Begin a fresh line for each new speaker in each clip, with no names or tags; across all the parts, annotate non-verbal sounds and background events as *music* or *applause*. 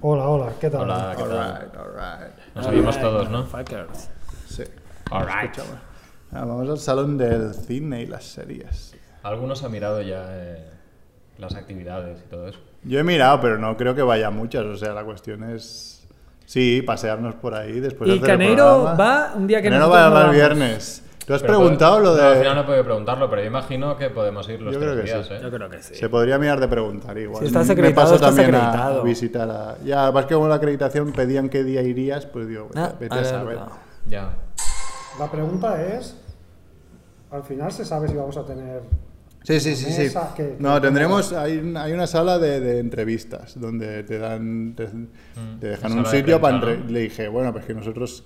Hola, hola, ¿qué tal?
Hola, ¿qué tal?
Alright, alright.
Nos oímos todos, ¿no?
Fuckers.
Sí.
Alright.
Ah, vamos al salón del cine y las series.
Algunos han mirado ya eh, las actividades y todo eso.
Yo he mirado, pero no creo que vaya muchas. O sea, la cuestión es. Sí, pasearnos por ahí después de
Y
hacer el
Caneiro
programa.
va un día que
Caneiro
nosotros
va
no
a hablar
vamos.
viernes. ¿Tú has
Pero
preguntado
pod-
lo
No, al final
de.?
no he podido preguntarlo, pero yo imagino que podemos ir los
Yo
tres
creo que
días,
sí.
¿eh?
Yo creo que
*laughs*
sí.
Se podría mirar de preguntar igual.
Si estás
Me
acreditado,
paso
estás
también a- a
acreditado.
visitar a. Ya, además que como la acreditación pedían qué día irías, pues digo, vete,
Ah,
vete
a
a
ver,
saber.
no.
Ya.
La pregunta es, al final se sabe si vamos a tener...
Sí, sí, sí, sí.
Mesa, ¿qué-
No,
qué-
tendremos, hay, un- hay una sala de, de entrevistas donde te dan, te, te dejan
Mm, sala
un
de
sitio
prensa,
para
¿no?
entre- Le dije, bueno, pues que nosotros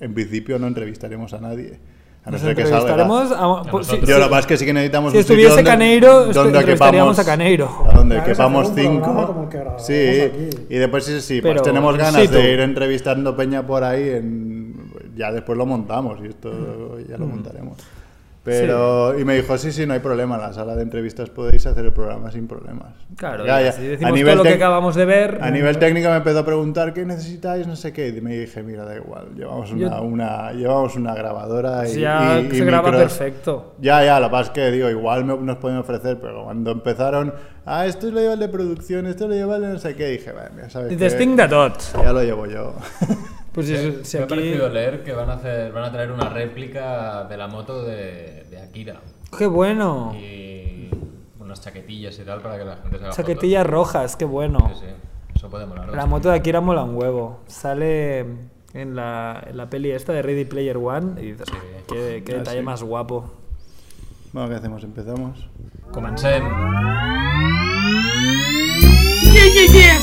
en principio no entrevistaremos a nadie. A no
Nos
ser que salga.
entrevistaremos a- pues, por-
nosotros.
sí,
Yo
sí.
lo más que sí que necesitamos
Si
un sitio
estuviese
donde-
Caneiro, est-
donde
entrevistaríamos
quepamos-
a Caneiro.
A donde
Claro, es
quepamos
hacer un programa
cinco.
como el que grabamos
sí,
aquí.
y después sí, sí,
Pero
más tenemos
in
ganas
situ.
de ir entrevistando peña por ahí, en, ya después lo montamos y esto ya
Mm.
lo montaremos. Pero, y me dijo, sí, sí, no hay problema, en la sala de entrevistas podéis hacer el programa sin problemas.
Claro,
Ya,
y
ya.
así decimos
A nivel
todo lo que
tec-
acabamos de ver.
a nivel técnico me empezó a preguntar qué necesitáis, no sé qué, y me dije, mira, da igual, llevamos
Yo-
una, una- llevamos una grabadora y,
pues Ya
y- y
se graba
micros.
perfecto.
Ya, ya, la paz que digo, igual me- nos pueden ofrecer, pero cuando empezaron, ah, esto lo lleva el de producción, esto lo lleva el de no sé qué, dije, vale, mira, sabes
Dices,
qué,
"Think that out".
Ya lo llevo yo. *laughs*
Pues si, si
me ha
aquí...
parecido leer que van a, hacer, van a traer una réplica de la moto de, de Akira.
¡Qué bueno!
Y unas chaquetillas y tal para que la gente se haga fotos.
Chaquetillas rojas, qué bueno.
Sí, sí. Eso puede molar.
La moto de Akira mola un huevo. Sale en la, en la peli esta de Ready Player One y dices,
Sí.
qué, qué
Ah,
detalle
sí.
más guapo.
bueno, ¿qué hacemos? ¿Empezamos?
Comencem.
Yeah, yeah, yeah.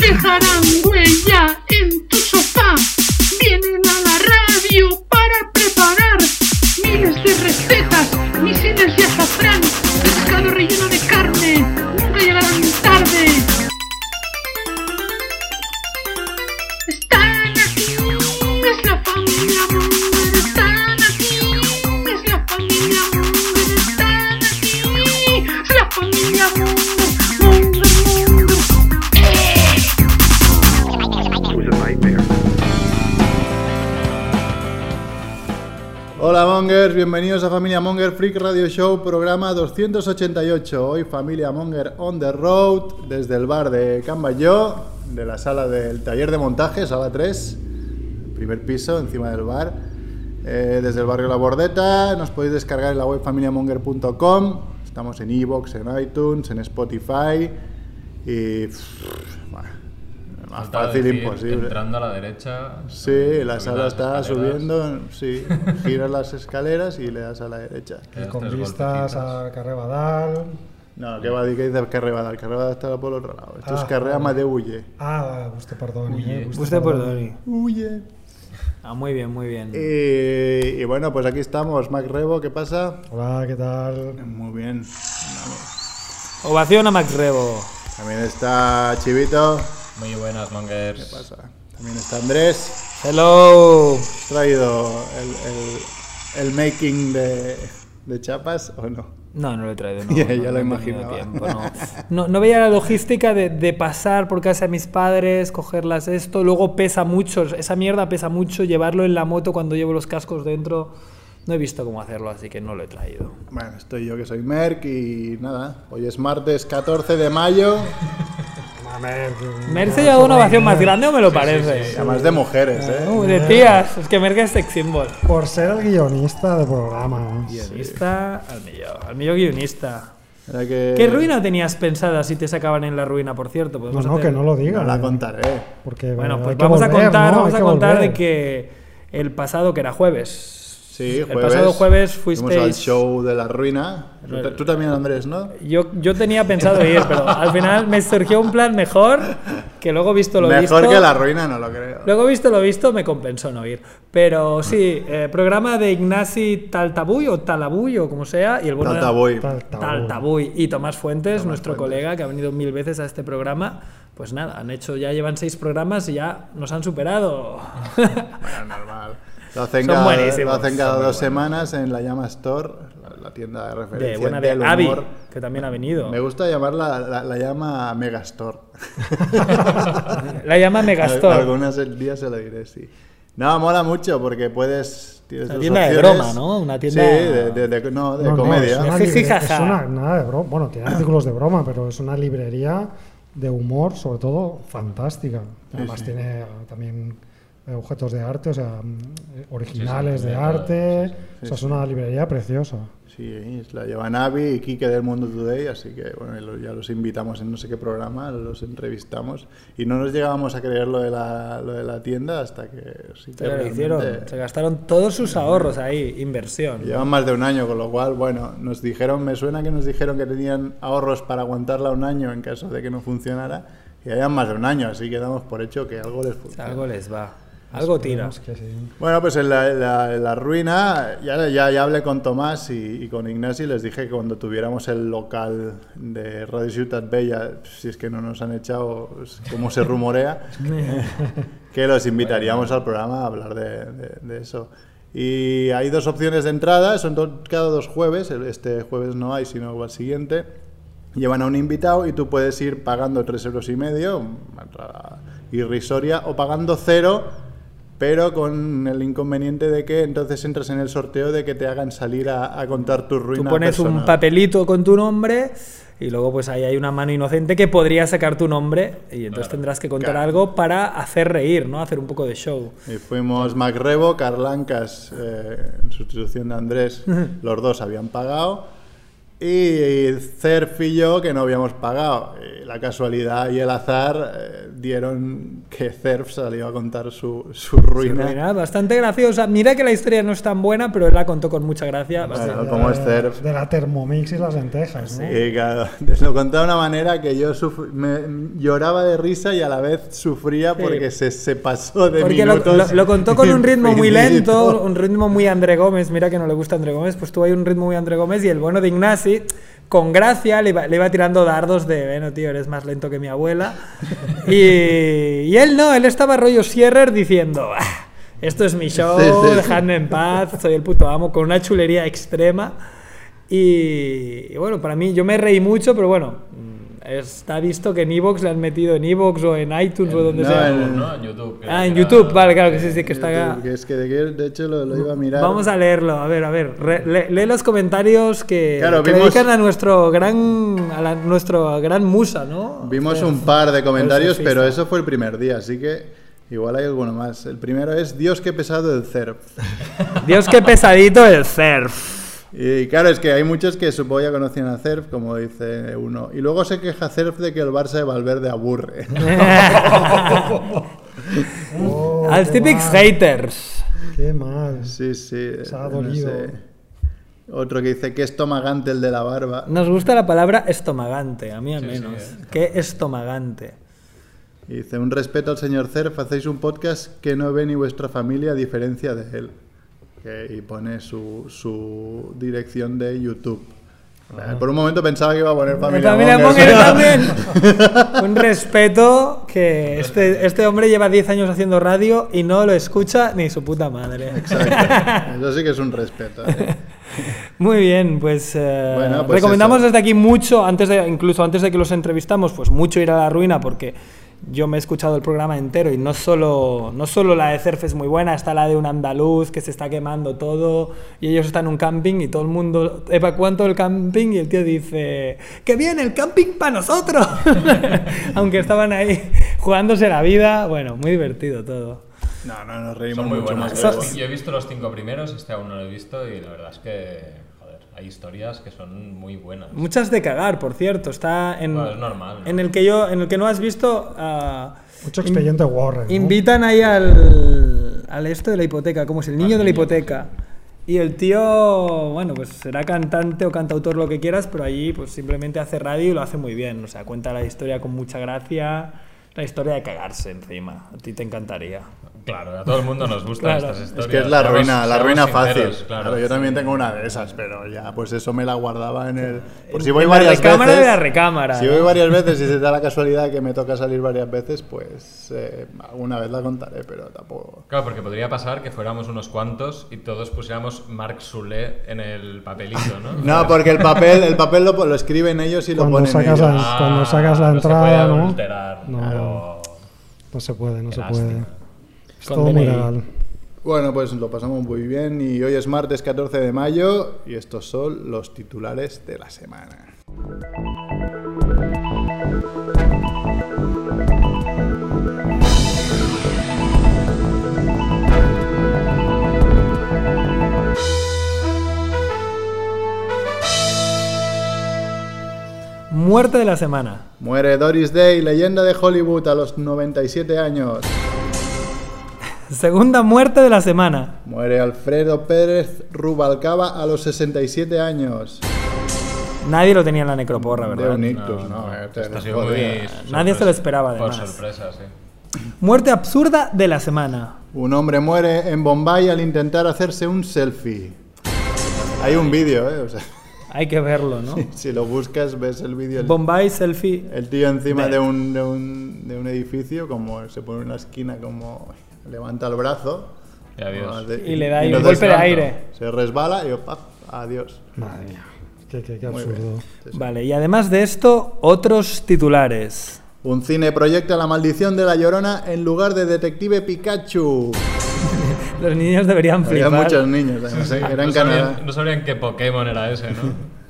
Dejarán huella en tu sofá. Vienen a la radio para preparar miles de recetas, misiles de azafrán, pescado relleno de carne. Nunca llegarán tarde. Están aquí, es la familia Munger. Están aquí, es la familia Munger. Están aquí, es la familia Munger. Munger, Munger.
Hola Mongers, bienvenidos a Familia Monger Freak Radio Show, programa 288. Hoy Familia Monger on the road, desde el bar de Cambayó, de la sala del taller de montaje, sala 3, primer piso, encima del bar. Eh, desde el barrio La Bordeta, nos podéis descargar en la web familiamonger.com. Estamos en Evox, en iTunes, en Spotify y... pff, bueno, más
Falta
fácil
decir,
imposible.
Entrando a la derecha.
Sí, la
subiendo
sala
las
está
escaleras,
subiendo, sí, giras las escaleras y le das a la derecha.
te das
con
tres
vistas
golpecitos.
a Carrebadal...
No, que va, que dices Carrebada, el Carrebada está por el otro lado. Esto es
Ah,
Carrea
joder.
Madeulle.
Ah, usted perdone.
Uye.
eh,
Usted por Dani.
Huye.
Ah, muy bien, muy bien.
Eh, y bueno, pues aquí estamos, Mac Rebo, ¿qué pasa?
Hola, ¿qué tal?
Muy bien.
Ovación a Max Rebo.
También está Chivito.
Muy buenas, mongers.
¿Qué pasa? También está Andrés.
Hello.
¿Has traído el, el- el making de, de chapas o no?
No, no lo he traído.
*laughs*
No,
Ya- ya
no, no
lo
he tenido
imaginaba.
tiempo,
*laughs*
no. No- no veía la logística de, de pasar por casa de mis padres, cogerlas esto. Luego pesa mucho, esa mierda pesa mucho. Llevarlo en la moto cuando llevo los cascos dentro. No he visto cómo hacerlo, así que no lo he traído.
Bueno, estoy yo que soy Merck y nada, hoy es martes 14 de mayo.
¿Merce ha dado una ovación más grande o me lo parece?
Además de mujeres, ¿eh?
Uh, de tías, es que Merca es sex symbol.
Por ser el guionista del programa.
Guionista al millón, al millón guionista.
Era que-
¿Qué ruina tenías pensada si te sacaban en la ruina, por cierto?
No,
Podemos
Pues no,
hacer-
que no lo diga.
No la
eh,
contaré.
Porque,
Bueno,
hay
pues
que
vamos a
volver,
contar,
¿no?
vamos
Hay
a contar de
volver.
que el pasado, que era jueves.
Sí,
El
jueves.
pasado jueves
fuimos
fuisteis-
al show de la ruina. Tú, ta- tú también, Andrés, ¿no?
Yo, yo tenía pensado ir, pero al final me surgió un plan mejor que luego visto lo
Mejor
visto.
que la ruina, no lo creo.
Luego visto lo visto, me compensó no ir. Pero sí, eh, programa de Ignasi Taltabuy o Talabuy o como sea. Y el bueno era-
Taltaboy.
Tal- Tabú.
Taltabuy y Tomás Fuentes, nuestro
Fuentes.
colega que ha venido mil veces a este programa. Pues nada, han hecho, ya llevan seis programas y ya nos
*laughs*
han superado.
Bueno, normal. Lo hacen,
Son
cada,
buenísimos,
lo hacen
son
cada
muy
dos
buenos.
semanas en la Llama Store. La la tienda de referencia
De buena
del
de Avi,
humor.
que también ha venido.
Me gusta llamarla, la, la llama Megastore.
*laughs* La llama
Al-
Megastore.
*laughs* Algunas el día se lo diré, sí. No, mola mucho porque puedes. Tienes
Una
tus
tienda de
opciones.
broma, ¿no? Una tienda-
Sí, de, de- de- no, de
No, no,
comedia.
es una
Sí,
libre-
sí, jaja. Ah.
es una- nada de broma. Bueno, tiene artículos de broma, pero es una librería de humor, sobre todo, fantástica. Además tiene eh, también eh, objetos de arte, o sea, mm, eh, originales
sí,
de
sí,
arte.
sí,
O sea, es una librería preciosa.
Sí, la llevan Avi y Quique del Mundo Today, así que bueno, y lo- ya los invitamos en no sé qué programa, los entrevistamos y no nos llegábamos a creer lo de la, lo de la tienda hasta que sí que
Pero lo
realmente-
hicieron. Se gastaron todos sus ahorros ahí, inversión.
Llevan más de un año, con lo cual, bueno, nos dijeron, me suena que nos dijeron que tenían ahorros para aguantarla un año en caso de que no funcionara y hayan más de un año, así que damos por hecho que algo les
O
funciona.
sea, algo les va. Algo tira.
Esperemos que sí.
Bueno, pues en la, en la- en la ruina, ya, ya, ya hablé con Tomás y, y con Ignasi y les dije que cuando tuviéramos el local de Radio Ciutat Bella, si es que no nos han echado, pues, como se rumorea, que los invitaríamos al programa a hablar de, de- de eso. Y hay dos opciones de entrada, son do- cada dos jueves, el- este jueves no hay, sino al siguiente. Llevan a un invitado y tú puedes ir pagando tres euros y medio, una entrada irrisoria, o pagando cero, pero con el inconveniente de que entonces entras en el sorteo de que te hagan salir a, a contar tu ruina
Tú pones
personal.
un papelito con tu nombre y luego pues ahí hay una mano inocente que podría sacar tu nombre y entonces tendrás que contar
Claro.
algo para hacer reír, ¿no? Hacer un poco de show.
Y Eh, fuimos Macrebo, Carlancas, eh, en sustitución de
*laughs*
Andrés, los dos habían pagado. Y Cerf y yo, que no habíamos pagado. Y la casualidad y el azar eh, dieron que Cerf salió a contar su, su ruina.
Ruina, Bastante graciosa. Mira que la historia no es tan buena, pero él la contó con mucha gracia.
Bueno,
Bastante-
como es
de,
Cerf.
de la Thermomix y las lentejas, ¿no?
Y claro, *laughs* lo contaba de una manera que yo suf- me- lloraba de risa y a la vez sufría
Sí.
porque se, se pasó de
Porque lo,
minutos
lo- lo contó con
*laughs*
un ritmo muy lento,
infinito.
un ritmo muy André Gómez. Mira que no le gusta André Gómez, pues tuvo ahí un ritmo muy André Gómez y el bueno de Ignasi, con gracia, le iba, le iba tirando dardos de, bueno, tío, eres más lento que mi abuela.
*laughs*
Y, y él no, él estaba rollo Sierrer diciendo, "Ah, esto es mi show,
Sí, sí, sí.
dejadme en paz, soy el puto amo, con una chulería extrema. Y, y bueno, para mí, yo me reí mucho, pero bueno, mm, está visto que en Evox le han metido en Evox o en iTunes o donde
no,
sea.
el-
¿no? En YouTube. creo
Ah,
que
en
era-
YouTube, vale, claro que sí, sí, que está acá.
Que es que de, que- de hecho lo, lo iba a mirar.
Vamos a leerlo, a ver, a ver. Re- le- lee los comentarios que,
Claro,
que
vimos-
dedican a nuestro gran a la- nuestro gran musa, ¿no?
Vimos un par de comentarios,
El surfista.
pero eso fue el primer día, así que igual hay alguno más. El primero es Dios qué pesado el CERF.
*laughs*
Dios, qué pesadito el *laughs* surf.
Y claro, es que hay muchos que supongo ya conocían a CERF, como dice uno. Y luego se queja CERF de que el Barça de Valverde aburre.
¿Eh? Oh,
Al
qué
típico
mal,
haters.
Qué mal.
*laughs* Sí, sí.
Se ha
no
dolido.
Otro que dice que es tomagante el de la barba.
Nos gusta la palabra estomagante, a mí al
Sí, sí,
menos.
eh.
Qué estomagante.
Y dice, un respeto al señor CERF, hacéis un podcast que no ve ni vuestra familia a diferencia de él. Que- y pone su, su dirección de YouTube. Eh, Por un momento pensaba que iba a poner familia,
Familia
Monger, ¿no? *laughs*
Monger también. Un respeto que este, este hombre lleva 10 años haciendo radio y no lo escucha ni su puta madre.
Exacto. Eso sí que es un respeto. ¿eh?
Muy bien, pues, eh,
Bueno, pues
recomendamos
eso.
desde aquí mucho, antes de, incluso antes de que los entrevistamos, pues mucho ir a la ruina porque yo me he escuchado el programa entero y no solo, no solo la de Cerf es muy buena, está la de un andaluz que se está quemando todo y ellos están en un camping y todo el mundo evacuando el camping y el tío dice, que bien, el camping para nosotros, *laughs* aunque estaban ahí jugándose la vida, bueno, muy divertido todo.
No, no, nos reímos
Son muy
mucho
buenas.
más.
Yo,
que
yo he visto los cinco primeros, este aún no lo he visto y la verdad es que, joder, hay historias que son muy buenas.
Muchas de cagar, por cierto. Está en,
Bueno, es normal, ¿no?
en el que yo, en el que no has visto. ah,
Mucho
in-
expediente Warren. ¿no?
Invitan ahí al, al esto de la hipoteca, ¿cómo es? El niño de la hipoteca. Y el tío, bueno, pues será cantante o cantautor lo que quieras, pero allí pues simplemente hace radio y lo hace muy bien. O sea, cuenta la historia con mucha gracia, la historia de cagarse encima. A ti te encantaría.
Claro, a todo el mundo nos gustan
Claro.
estas
Es
historias.
Es que es la
Seamos-
ruina, la
seamos
ruina fácil.
sinceros,
claro,
claro.
yo también tengo una de esas, pero ya, pues eso me la guardaba en el. Por si
En-
voy
en la
varias
recámara
veces.
de la recámara,
Si
¿no?
voy varias veces y se da la casualidad que me toca salir varias veces, pues eh, alguna vez la contaré, pero tampoco.
Claro, porque podría pasar que fuéramos unos cuantos y todos pusiéramos Marc Solé en el papelito, ¿no?
*laughs* No, porque el papel, el papel lo, lo escriben ellos y lo
Cuando
ponen
sacas
ellos.
la- cuando sacas la entrada,
se puede
¿no?
adulterar,
No.
pero-
No se puede, no
Qué
se
lástima.
puede. Es
Con
todo muy
DNI.
legal.
Bueno, pues lo pasamos muy bien y hoy es martes 14 de mayo y estos son los titulares de la semana.
Muerte de la semana.
Muere Doris Day, leyenda de Hollywood a los 97 años.
Segunda muerte de la semana.
Muere Alfredo Pérez Rubalcaba a los 67 años.
Nadie lo tenía en la necroporra,
De
¿verdad?
un ictus, no, eh, te-
Esto este ha sido
joder.
muy
Nadie se lo esperaba,
Por
además.
sorpresa, sí.
Muerte absurda de la semana.
Un hombre muere en Bombay al intentar hacerse un selfie. Hay un vídeo, ¿eh? O sea, *laughs*
Hay que verlo, ¿no?
si lo buscas, ves el vídeo. El,
Bombay selfie.
el tío encima de un, de, un, de un edificio, como se pone en una esquina, como levanta el brazo.
Y adiós.
como hace-
Y le da ahí un
entonces
golpe de
tanto.
aire.
Se resbala y yo, pap, adiós.
Madre mía. Qué, qué- qué
Muy bien.
absurdo.
Vale, y además de esto, otros titulares.
Un cine proyecta la maldición de la llorona en lugar de Detective Pikachu.
Los niños deberían
Había
flipar.
muchos niños, además, ¿eh? era en
no, sabrían,
Canadá.
no sabrían qué Pokémon era ese, ¿no?
*laughs*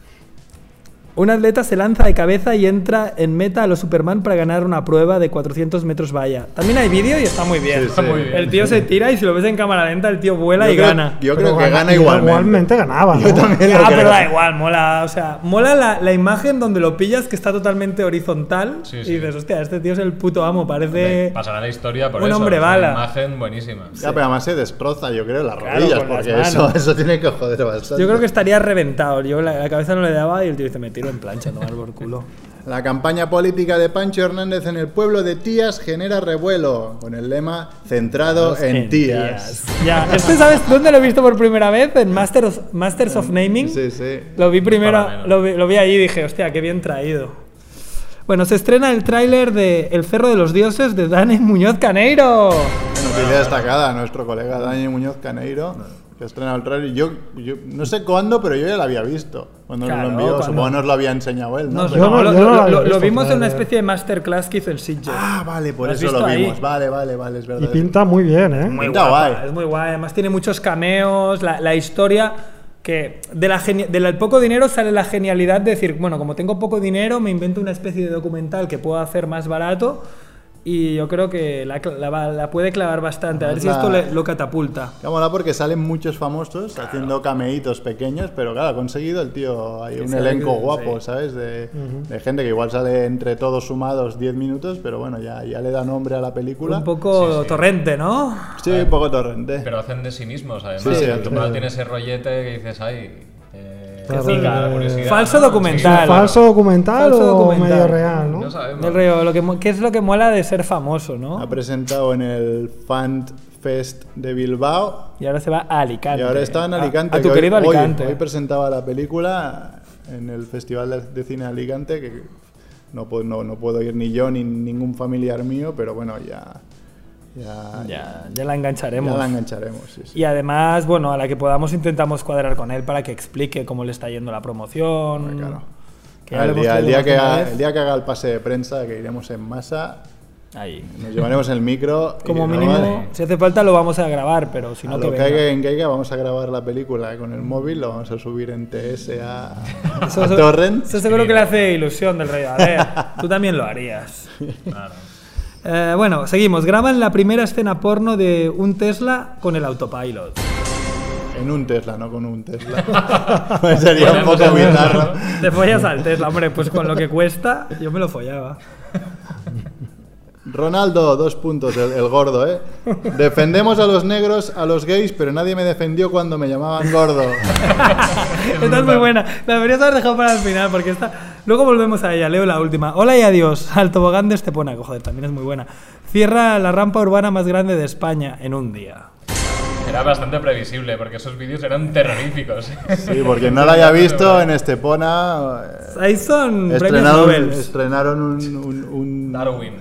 Un atleta se lanza de cabeza y entra en meta a los Superman para ganar una prueba de 400 metros valla. También hay vídeo y está muy bien.
Sí, sí.
muy bien.
El tío se tira y si lo ves en cámara lenta, el tío vuela
Yo
y
creo-
gana.
Yo
Pero
creo que gana igualmente.
igualmente. ganaba, ¿no?
*laughs* Yo también lo
Ah,
creo.
pero da igual, mola. O sea, mola la, la imagen donde lo pillas que está totalmente horizontal
Sí,
y
sí.
dices, hostia, este tío es el puto amo, parece...
Pasará la historia por
Eh, un
eso.
hombre
es una
bala.
imagen buenísima.
Ya, pero además se destroza, yo creo, las
Claro,
rodillas,
con las
porque
manos.
eso, eso tiene que joder bastante.
Yo creo que estaría reventado. Yo la, la cabeza no le daba y el tío dice, me tiro en plancha, no
*laughs*
por culo.
La campaña política de Pancho Hernández en el pueblo de Tías genera revuelo, con el lema centrado en, tías.
Ya, este sabes dónde lo he visto por primera vez en Masters, Masters of Naming.
Sí, sí.
Lo vi primero,
Para menos.
lo vi, lo vi ahí y dije, hostia, qué bien traído. Bueno, se estrena el tráiler de El Cerro de los Dioses de Dani Muñoz Caneiro.
Noticia destacada, nuestro colega Dani Muñoz Caneiro, que ha estrenado el trailer. Yo, yo no sé cuándo, pero yo ya lo había visto. Cuando
Claro,
nos lo envió,
cuando-
supongo que nos lo había enseñado él, ¿no?
No,
Pero-
no,
no-
lo,
yo no
lo-
lo había
lo- lo
visto,
vimos en una
claro, ya.
especie de masterclass que hizo en Sitges.
Ah, vale, por
¿Lo has
eso lo
visto ahí?
vimos. Vale, vale, vale, es verdad.
Y pinta muy bien, ¿eh?
muy
Pinta
guapa,
guay.
es muy guay. Además tiene muchos cameos, la, la historia que de la geni- del poco dinero sale la genialidad de decir, bueno, como tengo poco dinero, me invento una especie de documental que puedo hacer más barato y yo creo que la, cla- la va- la puede clavar bastante. A ver si
la-
esto le- lo catapulta.
Que mola porque salen muchos famosos haciendo cameitos pequeños, pero claro, ha conseguido el tío, hay
Que
un
se ve
elenco
que-
guapo,
sí.
¿sabes? De, de gente que igual sale entre todos sumados 10 minutos, pero bueno, ya, ya le da nombre a la película.
Un poco
Sí, sí.
torrente, ¿no?
Sí, un poco torrente.
Pero hacen de sí mismos, además.
Sí, sí,
el
sí.
tumbado tiene ese rollete que dices, ay. eh,
Claro,
pica la
eh,
curiosidad,
falso
¿no?
documental.
Sí,
¿Falso documental
Falso
o
documental.
medio real, no?
No sabemos.
El rollo, lo que, mo- ¿Qué es lo que mola de ser famoso,
Ha
no?
presentado en el Fan Fest de Bilbao
Y ahora se va a Alicante.
y ahora está en
A-
Alicante.
A, tu
que hoy-
querido
hoy-
Alicante.
Hoy, presentaba la película en el Festival de- de Cine Alicante, que no, pu- no, no puedo ir ni yo ni ningún familiar mío, pero bueno, ya... Ya,
ya, ya la engancharemos.
Ya la engancharemos, sí, sí.
Y además, bueno, a la que podamos intentamos cuadrar con él para que explique cómo le está yendo la promoción.
Hombre, Ah, claro.
Que ya
el,
lo hemos
día, el
traído
día
más de
que
una
haga,
vez.
el día que haga el pase de prensa, que iremos en masa,
Ahí.
nos llevaremos el micro. y
Como
no
mínimo,
vale.
si hace falta lo vamos a grabar, pero si
a
no que
lo que
venga.
caiga en caiga, vamos a grabar la película con el móvil, lo vamos a subir en TS a,
*laughs*
a
Eso- eso-
Torrent.
Eso seguro que le hace ilusión del rey. A ver, tú también lo harías.
Claro.
Eh, bueno, seguimos. Graban la primera escena porno de un Tesla con el autopilot.
En un Tesla, no con un
*laughs*
Tesla. *laughs* Pues sería un poco
Podemos
bizarro.
hacerlo,
Te follas al Tesla, hombre, pues con lo que cuesta, yo me lo follaba.
Ronaldo, dos puntos, el, el gordo, ¿eh? Defendemos a los negros, a los gays, pero nadie me defendió cuando me llamaban
*laughs*
gordo.
Esta es muy buena. La deberías haber dejado para el final porque esta... Luego volvemos a ella. Leo la última. Hola y adiós. *laughs* Al tobogán de Estepona. Joder, también es muy buena. Cierra la rampa urbana más grande de España en un día.
Era bastante previsible porque esos vídeos eran terroríficos. *laughs*
Sí, porque no lo haya visto en Estepona. eh,
Ahí son premios
Estrenaron,
Nobel.
estrenaron un, un- un-
Darwin.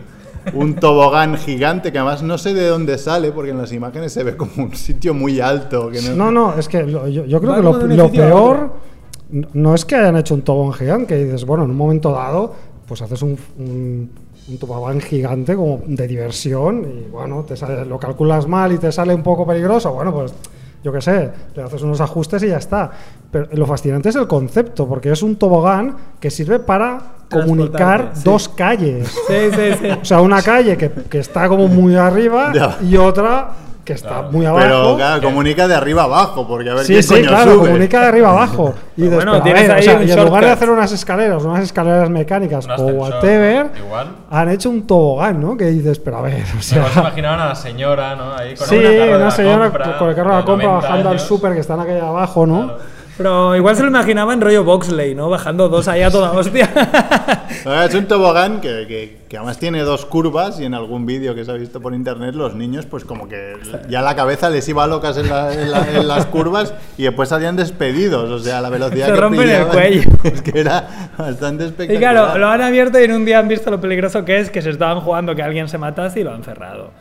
un tobogán gigante que además no sé de dónde sale porque en las imágenes se ve como un sitio muy alto. Que no,
No, no, es que lo- yo, yo creo
Va
que
como de
lo,
un
lo
edificio a
peor
otro.
n- no es que hayan hecho un tobogán gigante, que dices, bueno, en un momento dado, pues haces un, un, un tobogán gigante como de diversión y bueno, te sale- lo calculas mal y te sale un poco peligroso, bueno, pues yo qué sé, le haces unos ajustes y ya está. Pero lo fascinante es el concepto, porque es un tobogán que sirve para comunicar
Transportarte, sí.
dos calles.
Sí, sí, sí.
O sea, una calle que, que está como muy
*laughs*
arriba
Ya.
y otra que está
Claro.
muy abajo.
Pero claro, comunica de arriba abajo porque a ver
Sí,
qué
sí,
coño
claro,
sube.
comunica de arriba abajo. Y
Pero
después,
bueno,
a
tienes
ver, o
ahí
sea,
un
y en lugar
shortcut.
de hacer unas escaleras, unas escaleras mecánicas
Un
o
ascensor,
whatever,
Igual.
han hecho un tobogán, ¿no? Que dices, pero a ver, o *laughs*
Se os
sea.
imaginaban a la señora, ¿no? Ahí con
Sí,
una, carro de
una
la
señora
compra,
con el carro de la compra
90
bajando al
años.
súper que están aquella abajo, ¿no?
Claro.
Pero igual se lo imaginaba en rollo Boxley, ¿no? Bajando dos ahí a toda hostia. *laughs*
Ah, Es un tobogán que, que- que además tiene dos curvas y en algún vídeo que se ha visto por internet los niños pues como que ya la cabeza les iba locas en, la- en la- en las curvas y después salían despedidos, o sea, la velocidad
Se
que
rompen el
pillaban,
cuello.
*laughs* Es que era bastante
Y
espectacular.
claro, lo han abierto y en un día han visto lo peligroso que es que se estaban jugando que alguien se matase y lo han cerrado.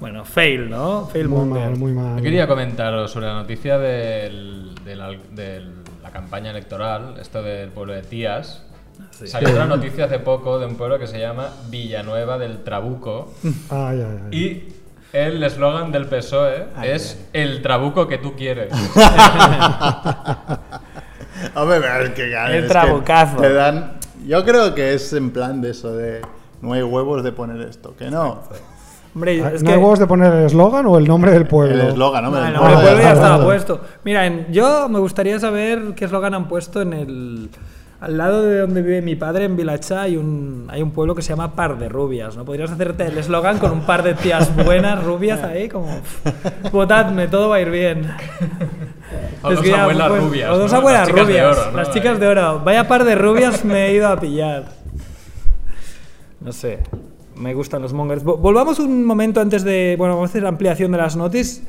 Bueno, fail, ¿no? Fail
Muy
mundial.
mal, muy mal.
Yo quería comentaros sobre la noticia del- del al- de la campaña electoral, esto del pueblo de Tías. Salió otra noticia hace poco de un pueblo que se llama Villanueva del Trabuco.
Ay, ay, ay.
Y el eslogan del PSOE E es el trabuco que tú quieres.
*laughs* Hombre, pero es que, claro, es
El
que
trabucazo.
te dan- yo creo que es en plan de eso de no hay huevos de poner esto, que no.
Hombre,
Ah,
es
¿No
que...
hay huevos de poner el eslogan o el nombre del
El
pueblo?
eslogan, hombre,
No,
el
el
pueblo
nombre del pueblo pues ya
está
estaba
dado.
puesto. Mira, en- yo me gustaría saber qué eslogan han puesto en el... Al lado de donde vive mi padre, en Vilachá, hay un, hay un pueblo que se llama Par de Rubias, ¿no? Podrías hacerte el eslogan con un par de tías buenas,
*laughs*
rubias, ahí, como... "Pff, Votadme, todo va a ir bien.
O dos
Es que ya,
abuelas
pues,
rubias.
O dos
¿no?
abuelas
Las chicas de
rubias.
oro, ¿no?
Las chicas de oro. Vaya par de rubias me he ido a pillar. No sé. Me gustan los mongers. Vo- Volvamos un momento antes de. Bueno, vamos a hacer la ampliación de las notis.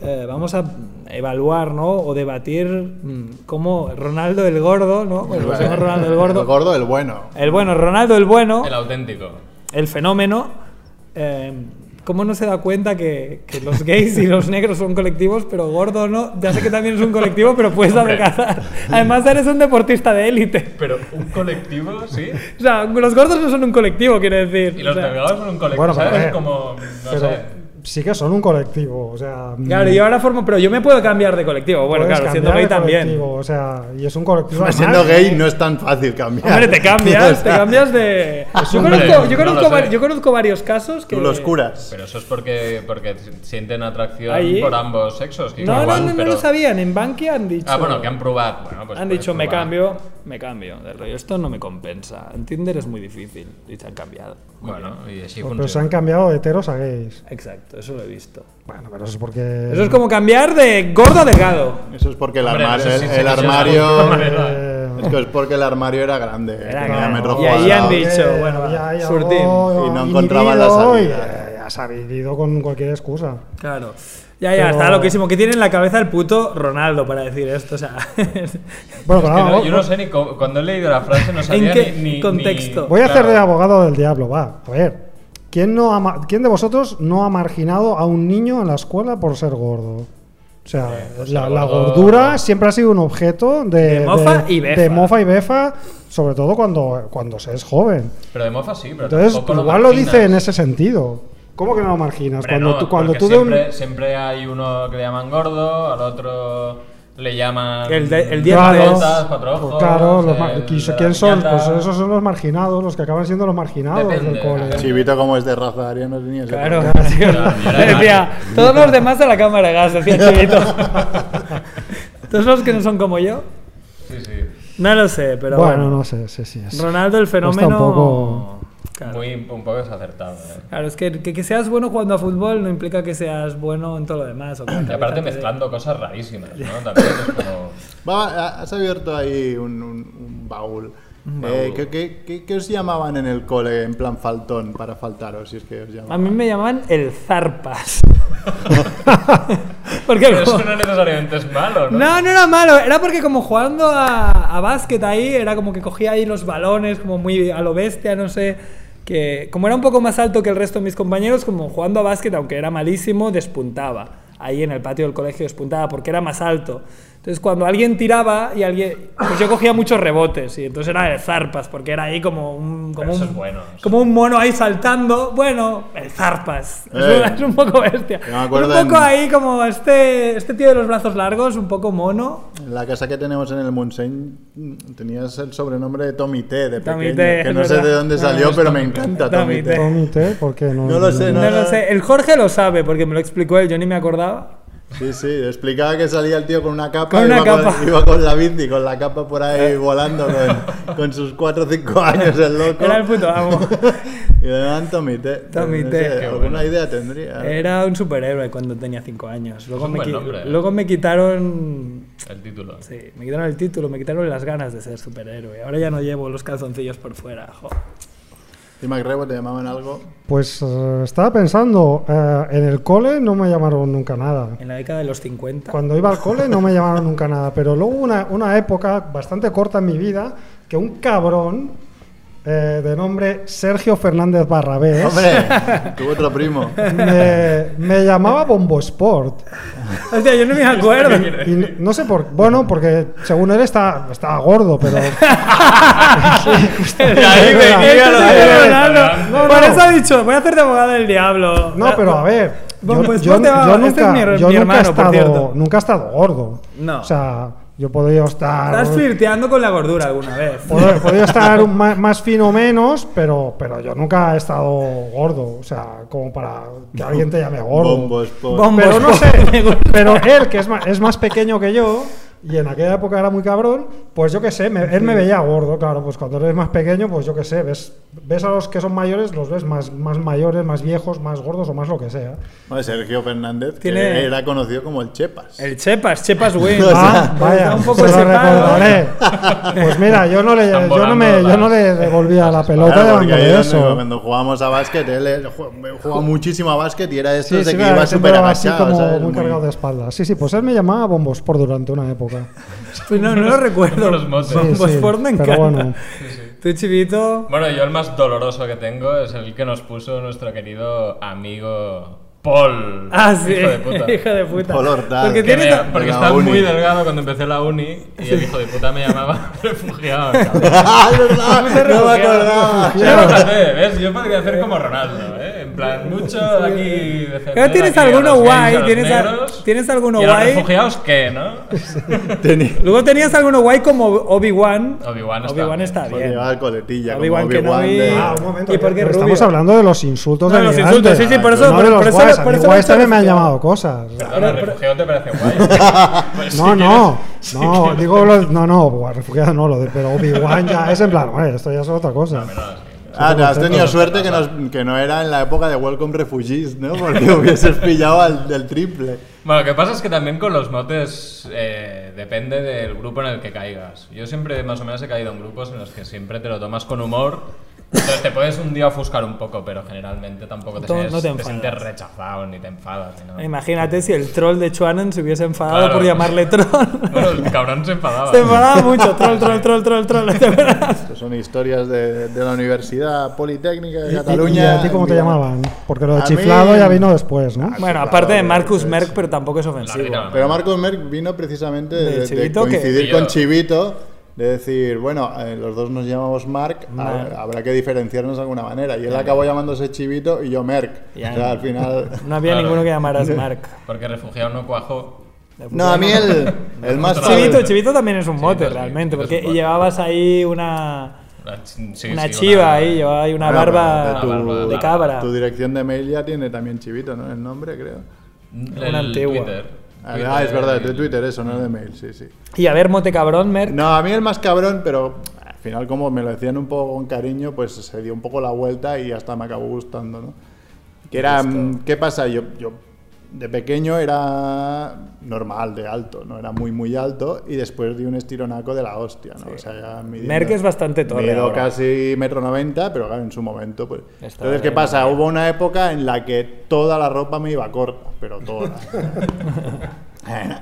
Eh, vamos a evaluar, ¿no? O debatir mm, cómo Ronaldo el Gordo, ¿no? Bueno, pues llama Ronaldo el
El
Gordo.
gordo, el bueno.
El bueno, Ronaldo el bueno,
El auténtico.
el fenómeno. eh, ¿Cómo no se da cuenta que, que los gays y los negros son colectivos, pero gordo no? Ya sé que también es un colectivo, pero puedes
Hombre.
adelgazar. Además, eres un deportista de élite.
Pero un colectivo,
*laughs*
sí.
O sea, los gordos no son un colectivo, quiero decir.
Y
O
los
sea,
pegados son un colectivo.
Bueno,
¿Sabes?
pero, eh,
Como. No
pero
sé.
sí que son un colectivo, o sea.
Claro, yo ahora formo, pero yo me puedo cambiar de colectivo. Bueno,
Mm. puedes
claro, siendo
cambiar
gay
de
también.
colectivo, O sea, y es un colectivo. ¿eh?
Hombre,
además,
Siendo gay no es tan fácil cambiar.
¿eh? Hombre,
*laughs*
te
*laughs*
O
cambias, te
sea,
cambias de. Yo
Hombre,
conozco,
no
yo
lo
conozco, vari-
sé.
yo conozco varios casos que.
Tú los curas.
Pero eso es porque, porque sienten atracción
Ahí.
por ambos sexos. que
No, no,
igual,
no, no
pero-
lo sabían. En Bankia han dicho.
Ah, bueno, que han probado. Bueno, pues
han
puedes
dicho, me
probar".
cambio, me cambio. Del rollo, esto no me compensa. En Tinder es muy difícil. Y se han cambiado.
Bueno, y así
Pues, Pero se han
funciona.
cambiado de heteros a gays.
Exacto, eso lo he visto.
Bueno, pero eso es porque.
Eso es como cambiar de gordo a delgado.
Eso es porque el,
Hombre,
armario-
no sé si
el-
se
el
lo lleva de alguna
armario.
manera.
Eh,
*laughs* Es que es porque el armario era grande.
Era
tenía
grande.
metro
Y ahí han
cuadrado.
dicho-
eh,
bueno, va,
ya, ya,
surtín.
oh,
Y no
inhibido,
encontraban la salida.
y, eh, Ya se ha vivido con cualquier excusa.
Claro. Ya, ya,
Pero-
está loquísimo. ¿Qué tiene en la cabeza el puto Ronaldo para decir esto? O sea, *laughs*
Bueno,
Es
pero
que
vamos,
no- yo no sé ni cómo- cuando he leído la
*laughs*
frase no sabía
qué
ni- ni
contexto?
ni-
voy a hacer
claro.
de abogado del diablo, va. A ver, ¿quién, no ha ma- ¿quién de vosotros no ha marginado a un niño en la escuela por ser gordo? O sea,
Eh,
pues,
la,
ser
la
gordo-
gordura siempre ha sido un objeto de,
De mofa y befa.
de mofa y befa, sobre todo cuando, cuando se es joven.
Pero de mofa sí, pero
Entonces,
tampoco
igual lo dice en
marginas.
ese sentido. ¿Cómo que no lo marginas?
Hombre,
cuando
no,
tú, cuando
porque
tú de un-
siempre, siempre hay uno que le llaman gordo, al otro le llaman.
El de- el diez
dientes,
Claro,
cuatro ojos.
pues claro, los mar-
el
¿quién
de la
quién son?
piñata.
Pues esos son los marginados, los que acaban siendo los marginados
Depende,
del cole.
depende.
Chivito, como es de raza aria, no tenía ese
claro.
problema.
tío,
Claro,
le decía, todos los demás a la cámara de
*laughs*
gas, decía Chivito. todos los que no son como yo.
Sí, sí.
No lo sé, pero
bueno,
bueno.
no sé, sí, sí. es-
Ronaldo el fenómeno.
tampoco-
Claro.
Muy, un poco desacertado. ¿eh?
Claro, es que, que que seas bueno jugando a fútbol no implica que seas bueno en todo lo demás.
*clears throat*
o que la
Y
cabeza
aparte
te dé-
mezclando cosas rarísimas,
*laughs*
¿no? También es como...
Va, has abierto ahí un, un- un baúl. Eh, ¿qué, qué, qué- qué os llamaban en el cole en plan faltón para faltaros? Si es que os llamaban.
A mí me llamaban el
*laughs*
zarpas. *laughs* Porque
*laughs* Pero
como-
eso no necesariamente es malo, ¿no?
No, no era malo, era porque como jugando a, a básquet ahí, era como que cogía ahí los balones como muy a lo bestia, no sé, que como era un poco más alto que el resto de mis compañeros, como jugando a básquet, aunque era malísimo, despuntaba. Ahí en el patio del colegio despuntaba porque era más alto. Entonces cuando alguien tiraba y alguien... Pues yo cogía muchos rebotes y entonces era de zarpas porque era ahí como un... Como
Pero eso
un,
es bueno.
como un mono ahí saltando. Bueno, el zarpas. Es
Eh.
un- *laughs* Es un poco bestia.
Yo me acuerdo
un poco
en-
ahí como este, este tío de los brazos largos, un poco mono.
En la casa que tenemos en el Montseny mm, tenías el sobrenombre de Tommy T de
Tommy
pequeño,
T,
que
es
no sé de
verdad.
dónde
No,
salió,
es
pero me
Tommy T.
encanta
Tommy
Tommy
T.
T.
Comité, porque no.
No lo sé,
No,
no.
lo sé. El Jorge lo sabe porque me lo explicó él, yo ni me acordaba.
Sí, sí, explicaba que salía el tío con una capa y
Con una
iba,
capa. Eh.
Con, iba con la bici, con la capa por ahí volando con, con sus 4 o
*laughs*
5 años el loco.
Era el puto amo.
*laughs* y le daban Tommy T.
Tommy
No
T. Eh,
sé,
Qué
alguna
bueno.
idea tendría.
Era un superhéroe cuando tenía 5 años. Luego,
un
me,
buen
qui-
nombre, eh.
luego me quitaron...
El título.
Sí, me quitaron el título, me quitaron las ganas de ser superhéroe. Ahora ya no llevo los calzoncillos por fuera. jo.
¿Y MacRebo te llamaban algo?
Pues eh, estaba pensando, eh, en el cole no me llamaron nunca nada.
En la década de los 50.
Cuando iba al cole no me llamaron nunca nada, pero luego hubo una, una época bastante corta en mi vida que un cabrón eh, de nombre Sergio Fernández Barrabés *laughs*
¡Hombre! Tuvo otro primo.
me, me llamaba Bombo Sport.
Hostia, yo
*laughs*
no me acuerdo. *laughs*
Y no, no sé por Bueno, porque según él está- estaba gordo, pero.
De ahí
venía
Esto
lo
sí
de-
que es
Fernando.
Ronaldo.
No,
Por
no.
eso ha dicho, voy a hacer de abogado del diablo.
No, pero a ver.
Bueno,
Yo,
pues
yo-
ponte a-
yo
este es
nunca,
mi her-
yo
mi
nunca he
hermano, por cierto.
estado, nunca he estado gordo.
No.
O sea, yo podría estar.
Estás flirteando con la gordura alguna vez.
Podría, podría estar un ma- más, fino o menos, pero, pero yo nunca he estado gordo. O sea, como para que alguien te llame gordo.
Bombos por...
Bombos
Pero no
por- *laughs*
sé. Pero él, que es más, es más pequeño que yo, y en aquella época era muy cabrón, pues yo qué sé, me- él me veía gordo, claro. Pues cuando eres más pequeño, pues yo qué sé, ves, ves a los que son mayores, los ves más, más mayores, más viejos, más gordos o más lo que sea.
Bueno, Sergio Fernández,
Tiene-
que era conocido como el Chepas.
El
*laughs*
Chepas, Chepas Win.
Ah, vaya,
Está un
se
poco ¿eh?
lo
separado.
recordaré. Pues mira, yo no le,
Están
yo no me,
volando
yo no
las-
le devolvía la pelota
Claro, porque ahí
llamándole
era
eso.
donde- Cuando jugábamos a básquet, él eh, jugaba, jugaba muchísimo a básquet y era de estos
Sí,
de
sí,
que
claro,
iba
siempre
súper
era así
agachado.
como
¿sabes?
muy
Muy-
cargado de espaldas. Sí, sí, pues él me llamaba Bombospor durante una época. *laughs*
Pues no, no lo recuerdo.
Los motes.
Sí,
Bombos
sí,
Ford me
pero *laughs*
encanta.
bueno.
Tú, Chivito.
Bueno, yo el más doloroso que tengo es el que nos puso nuestro querido amigo Paul.
Ah, sí.
Hijo de puta.
*laughs* Hijo de puta.
Por Hortal.
Porque
Que
Que
tiene...
me-
ta-
porque
la
estaba
uni.
muy delgado cuando empecé la uni y el hijo de puta me
*laughs*
llamaba refugiado. cabrón.
¡Ah, *laughs* es verdad! no me
*laughs*
refugiado.
acordaba.
O sea, fíjate, ¿ves? Yo podría hacer como Ronaldo, ¿eh? En plan, mucho aquí.
Ahora
defender
tienes
aquí a
alguno
los gays,
guay,
a los
tienes a-
negros.
tienes alguno
¿Y a los
guay?
refugiados qué,
*laughs*
no?
Tenía-
Luego tenías alguno guay como Obi-Wan.
Obi-Wan está
Obi-Wan
bien.
está
Porque
bien.
llevaba el coletilla, como
Obi-Wan
Obi-Wan
Kenobi.
de-
Ah, un momento.
¿Y por qué
pero
rubio?
estamos hablando de los insultos
No,
de
los
migrantes.
insultos, sí, sí, por eso-
No de
por-
los
por eso-
guays. A
por
mí
eso
guays
me
también me han
parecía.
llamado cosas.
Perdona,
pero-
refugiado te parece guay. Pues si
No, no,
quieres- si
no,
quieres-
digo, lo- no, no, guay, refugiado no, lo de, pero Obi-Wan ya es en plan, bueno, esto ya es otra cosa.
Ah, te has tenido
Pero-
suerte que, nos- que no era en la época de Welcome Refugees, ¿no? *laughs* Porque hubieses pillado al del triple.
Bueno, lo que pasa es que también con los motes eh, depende del grupo en el que caigas. Yo siempre más o menos he caído en grupos en los que siempre te lo tomas con humor. Entonces te puedes un día ofuscar un poco, pero generalmente tampoco te,
No
sientes-
te
te
enfadas.
sientes rechazado ni te enfadas. Ni nada.
Imagínate si el troll de Chuanan se hubiese enfadado
Claro.
por llamarle
*laughs*
troll. *laughs*
Bueno, el cabrón se enfadaba.
se
*laughs*
enfadaba mucho. Troll, troll, troll, troll, troll. ¿te acuerdas?
Estas son historias de, de la Universidad Politécnica de
Y- y-
Cataluña.
¿Y a ti cómo te
Mira,
llamaban? Porque lo
A
de
mí-
chiflado ya vino después, ¿no?
Bueno,
claro,
aparte de
pero-
Marcus
pero-
Merck, pero tampoco es ofensivo.
vida.
Pero Marcos Merck vino precisamente de,
Del
de
Chivito que-
coincidir
Tío.
con Chivito, de decir, bueno, eh, los dos nos llamamos Marc, a-
Marc.
habrá que diferenciarnos de alguna manera. Y él acabó llamándose Chivito y yo Merck.
Ya.
O sea,
*laughs*
al final...
No había
Claro.
ninguno que llamaras Mark.
Porque refugiado no cuajó.
No, a mí el, el más...
Chivito, Chivito también es un
Chivito,
mote
sí,
realmente,
Chivito es
porque
un mote.
llevabas ahí una,
Una, ch- sí,
una
sí,
chiva ahí, llevaba ahí una
Bueno,
barba
pero tu-
una barba
de cabra.
Tu dirección de mail ya tiene también Chivito, ¿no? El nombre, creo.
El
antigua.
Twitter.
Ah,
eh,
es verdad, de
el-
Twitter eso, no de mail, sí, sí.
Y a ver, mote cabrón, Merck.
No, a mí el más cabrón, pero al final, como me lo decían un poco con cariño, pues se dio un poco la vuelta y hasta me acabó gustando, ¿no? Que era, mm, ¿qué pasa? Yo, yo de pequeño era normal, de alto, no era muy, muy alto, y después di un estironaco de la hostia, ¿no? O sea, ya midiendo-
Merck es bastante torre
mido
ahora.
casi metro noventa, pero claro, en su momento, pues.
Está
Entonces, ¿qué
bien,
pasa? Hubo una época en la que toda la ropa me iba corta, pero
*laughs*
toda.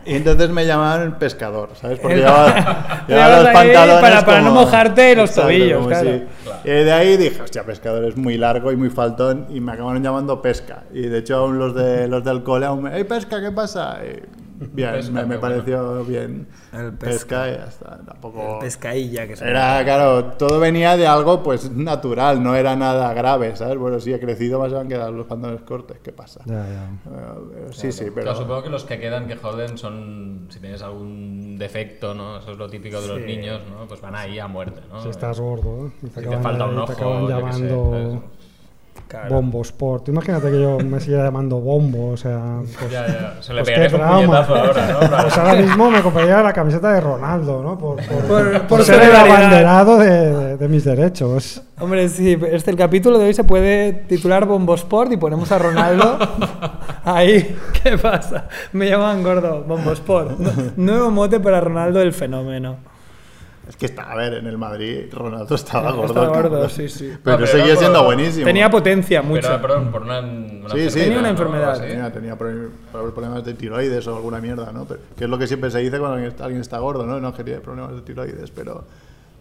Y entonces me llamaban el pescador, ¿sabes?
*laughs*
Porque llevaba,
Le
llevaba los
dabas ahí
pantalones.
para- para no
como-
mojarte los tobillos,
como
claro.
Y de ahí dije, hostia, pescador es muy largo y muy faltón, y me acabaron llamando pesca. Y de hecho, aún los, de, los del cole aún me. ¡Ey, pesca, qué pasa! Y bien,
Pesca,
me, me
qué bueno.
pareció bien.
El
pesca. y ya está. Tampoco.
Pescailla, que es
Era, claro, todo venía de algo pues natural, no era nada grave, ¿sabes? Bueno, si he crecido, más se van a quedar los pantalones cortes, ¿qué pasa?
Ya, ya.
Eh, sí, sí, pero...
Claro, supongo que los que quedan que joden son si tienes algún defecto, ¿no? Eso es lo típico de los niños, ¿no? Pues van ahí a muerte, ¿no?
Si estás gordo, ¿eh? Y
Si
te
te
acaban,
falta
y
un
te
ojo,
acaban
yo qué sé, pues,
llamando pues, Bombo Sport. Tú Imagínate que yo me siguiera llamando Bombo, o sea,
¿sabes?
pues,
Ya, ya. Se *laughs* le
pues
pegaría
qué
un
drama.
puñetazo
*laughs*
ahora, ¿no? Para-
Pues ahora mismo me compraría la camiseta de Ronaldo, ¿no? Por, por-
Por,
por ser el abanderado de, de- de mis derechos.
Hombre, sí, este, el capítulo de hoy se puede titular Bombosport y ponemos
*laughs*
a Ronaldo ahí. ¿Qué pasa? Me llaman gordo, Bombosport. No- Nuevo mote para Ronaldo el fenómeno.
Es que está, a ver, en el Madrid Ronaldo estaba Ah, gordo.
*laughs* Estaba gordo,
cabrón.
sí, sí.
Pero,
No, pero
seguía
era por-
siendo buenísimo.
Tenía potencia, mucho.
Pero, perdón, por una, una
Sí, sí.
Tenía una
¿no?
enfermedad. ¿eh?
Algo así.
Tenía, tenía pro- pro- problemas de tiroides o alguna mierda, ¿no? Pero- que es lo que siempre se dice cuando alguien está, alguien está gordo, ¿no? No quería problemas de tiroides, pero...